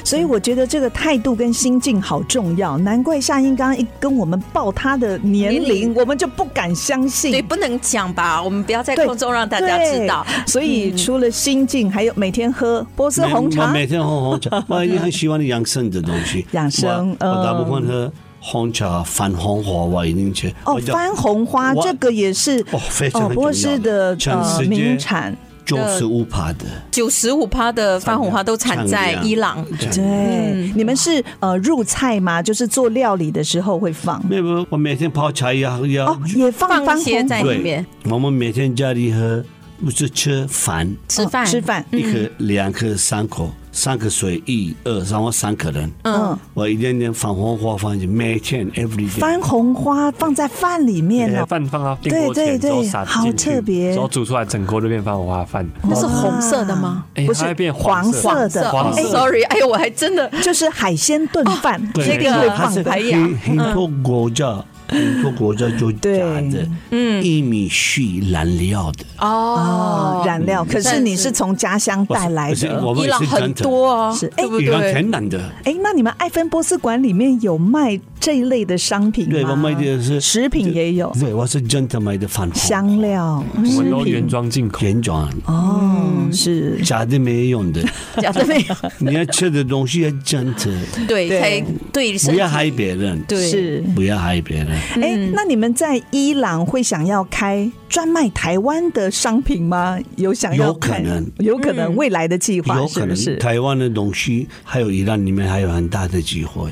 Speaker 2: 所以我觉得这个态度跟心境好重要，难怪夏英刚刚一跟我们报她的年
Speaker 1: 年
Speaker 2: 龄，我们就不敢相
Speaker 1: 对，
Speaker 2: 信。
Speaker 1: 不能讲吧？我们不要在
Speaker 2: 对
Speaker 1: 空中让大家知道。嗯
Speaker 2: 对，所以除了心境，还有每天喝波斯红
Speaker 4: 我
Speaker 2: 茶，
Speaker 4: 每天喝红 茶，我也很喜欢养生的东西。
Speaker 2: 养生
Speaker 4: 我我大
Speaker 2: 嗯
Speaker 4: 部分喝红茶、番红花，我一定吃。
Speaker 2: 哦
Speaker 4: 我，就
Speaker 2: 番红花
Speaker 4: 我
Speaker 2: 这个也是
Speaker 4: 哎哦非常重要
Speaker 2: 波斯的
Speaker 4: 全
Speaker 2: 呃
Speaker 4: 世界
Speaker 2: 名产，
Speaker 4: 就是乌帕的，
Speaker 1: 九十五趴的番红花都产在伊朗，
Speaker 2: 对，
Speaker 1: 嗯
Speaker 2: 你们是呃入菜吗？就是做料理的时候会放
Speaker 4: 没有，我每天泡茶也喝也
Speaker 2: 哦，也放番
Speaker 1: 放一
Speaker 2: 红哦
Speaker 1: 些在
Speaker 4: 对
Speaker 1: 里面
Speaker 4: 我们每天家里喝，不是吃饭，
Speaker 1: 哦吃饭。
Speaker 2: 吃饭，嗯
Speaker 4: 一颗、两颗、三口，三颗水，一二三，我三个人。
Speaker 2: 嗯，
Speaker 4: 我一点点放黄花放进去，每天 every day。
Speaker 2: 番红花放在饭里面哦，
Speaker 5: 饭放到电锅
Speaker 2: 对对
Speaker 5: 前之后
Speaker 2: 对
Speaker 5: 撒进
Speaker 2: 好
Speaker 5: 去，
Speaker 2: 特别
Speaker 5: 然后煮出来整锅就变番红花饭，
Speaker 1: 那是
Speaker 2: 啊
Speaker 1: 红色的吗？
Speaker 5: 哎
Speaker 2: 不
Speaker 5: 它
Speaker 2: 是
Speaker 5: 会变
Speaker 2: 黄
Speaker 5: 色。
Speaker 2: 色的，
Speaker 4: 啊
Speaker 5: 黄色
Speaker 2: 哎
Speaker 1: 哦 sorry，哎呦，我还真的
Speaker 2: 就是海鲜炖饭，
Speaker 1: 哦
Speaker 4: 对
Speaker 2: 一定会
Speaker 4: 它
Speaker 2: 放
Speaker 4: 是
Speaker 2: 的。
Speaker 4: 很很多国 家，很多国家就加的，嗯，薏米是燃料的，
Speaker 2: 哦
Speaker 1: 哦，，
Speaker 2: 染料，可是你是从家乡带来
Speaker 4: 不是
Speaker 2: 的，
Speaker 4: 嗯我们
Speaker 1: 伊
Speaker 4: 也
Speaker 1: 朗
Speaker 4: 是
Speaker 1: 很
Speaker 4: 真的，
Speaker 1: 多哦，
Speaker 2: 是哎
Speaker 1: 对不
Speaker 4: 伊朗
Speaker 1: 对？
Speaker 4: 天然的，
Speaker 2: 哎，那你们爱芬波斯馆里面有卖这一类的商品吗？
Speaker 4: 对，我卖的是
Speaker 2: 食品也有，
Speaker 4: 对，我是真的买的番红
Speaker 2: 香料、
Speaker 5: 我
Speaker 2: 食
Speaker 5: 们都原
Speaker 2: 品
Speaker 5: 装进口，
Speaker 4: 原装，
Speaker 1: 嗯
Speaker 2: 哦，是
Speaker 4: 假的没用的，
Speaker 1: 假的 没有，
Speaker 4: 你要吃的东西要真的，
Speaker 1: 对，
Speaker 2: 对
Speaker 1: 才对身
Speaker 4: 不
Speaker 1: 体
Speaker 4: 要害别人，
Speaker 1: 对
Speaker 2: 是。
Speaker 4: 不要害别人。
Speaker 1: 嗯
Speaker 2: 哎，那你们在伊朗会想要开专卖台湾的商品吗？有想要
Speaker 4: 有可
Speaker 2: 开
Speaker 4: 能，
Speaker 2: 有可
Speaker 1: 嗯
Speaker 2: 能未来的计划
Speaker 4: 有
Speaker 2: 是
Speaker 4: 可
Speaker 2: 不
Speaker 4: 能
Speaker 2: 是？嗯
Speaker 4: 台湾的东西，还有伊朗里面还有很大的机会。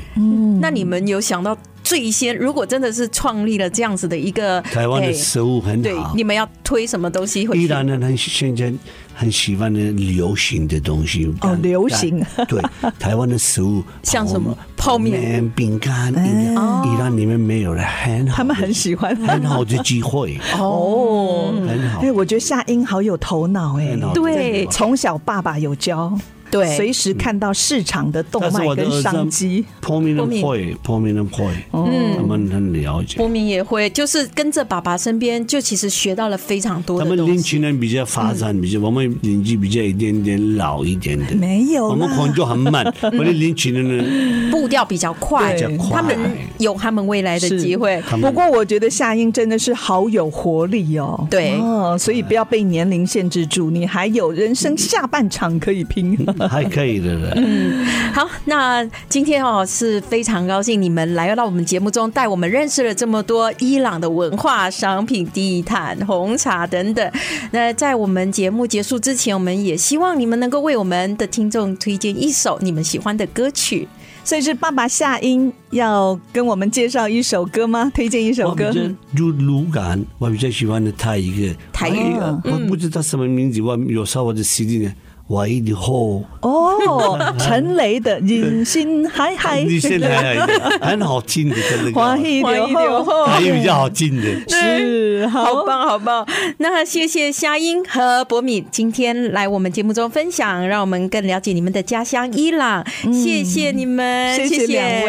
Speaker 1: 那你们有想到最先，如果真的是创立了这样子的一个
Speaker 4: 台湾的啊食物很
Speaker 1: 对，
Speaker 4: 好
Speaker 1: 你。们要推什么东西回去？
Speaker 4: 依然呢，很现在很喜欢的流行的东西啊
Speaker 2: 哦流行
Speaker 4: 对台湾的食物，
Speaker 1: 像
Speaker 4: 泡
Speaker 1: 什么泡面、
Speaker 4: 饼干，伊朗伊朗里面没有的，很好的，
Speaker 2: 他们很喜欢
Speaker 4: 很好的机会，
Speaker 2: 哦。
Speaker 4: 很好
Speaker 2: 哎，，我觉得夏英好有头脑哎
Speaker 4: 很，好的
Speaker 1: 对
Speaker 4: 机会
Speaker 2: 从小爸爸有教，
Speaker 1: 对
Speaker 2: 随时看到市场的动
Speaker 4: 但是
Speaker 2: 脉
Speaker 4: 我的
Speaker 2: 跟
Speaker 4: 儿
Speaker 2: 商
Speaker 4: 子
Speaker 2: 机。
Speaker 4: 泡面
Speaker 1: 面
Speaker 4: 人会，泡面人会，他们很了解。
Speaker 1: 波明也会，就是跟着爸爸身边，就其实学到了非常多
Speaker 4: 他
Speaker 1: 的
Speaker 4: 们
Speaker 1: 东
Speaker 4: 年
Speaker 1: 西。
Speaker 4: 轻人比较发展，比较我们年纪比较一点点老一点的，
Speaker 2: 没有
Speaker 4: 我
Speaker 2: 啦
Speaker 4: 们可能就很慢，我的年轻人呢
Speaker 1: 步调比较快，
Speaker 4: 比较快
Speaker 1: 他们有他们未来的
Speaker 2: 是
Speaker 1: 机会。
Speaker 4: 他们
Speaker 2: 不过我觉得夏英真的是好有活力哦，
Speaker 1: 对
Speaker 2: 哦，所以不要被年龄限制住，你还有人生下半场可以拼。
Speaker 4: 还可以的了。
Speaker 1: 好，那今天哦是非常高兴你们来到我们节目中，带我们认识了这么多伊朗的文化、商品、地毯、红茶等等。那在我们节目结束之前，我们也希望你们能够为我们的听众推荐一首你们喜欢的歌曲。
Speaker 2: 所以是爸爸夏英要跟我们介绍一首歌吗？推荐一首
Speaker 4: 我比
Speaker 2: 歌
Speaker 4: 较，就鲁感，我比较喜欢的泰语歌。
Speaker 1: 台语
Speaker 4: 啊我不知道什么名字，我有时候我的 CD 呢，我一定后，
Speaker 2: 哦，陈雷的《人心海海》，
Speaker 4: 你现在很好听的，真 的。
Speaker 2: 欢喜
Speaker 1: 欢喜
Speaker 2: 流
Speaker 1: 流
Speaker 2: 后
Speaker 1: 后
Speaker 4: 台语比较好听的。
Speaker 2: 是
Speaker 1: 好
Speaker 2: 好
Speaker 1: 棒，好棒！那谢谢夏英和博敏今天来我们节目中分享，让我们更了解你们的家乡伊朗。谢谢你们，
Speaker 2: 谢谢
Speaker 1: 谢
Speaker 2: 两位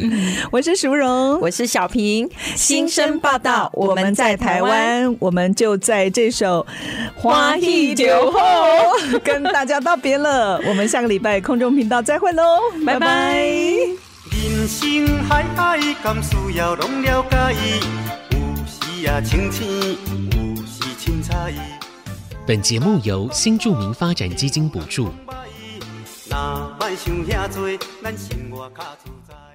Speaker 4: 对
Speaker 2: 我是淑荣，
Speaker 1: 我是小平，新生报道，我们在台湾。，
Speaker 2: 我们就在这首《
Speaker 1: 欢喜酒
Speaker 2: 后》 跟大家道别了。我们下个礼拜空中频道再会喽，拜
Speaker 1: 拜拜
Speaker 2: 拜。
Speaker 8: 人生海海，甘需要拢了解？有时啊清醒，有时凊彩。
Speaker 9: 本节目由新著名发展基金补助。
Speaker 8: 若莫想遐多，咱生活较自在。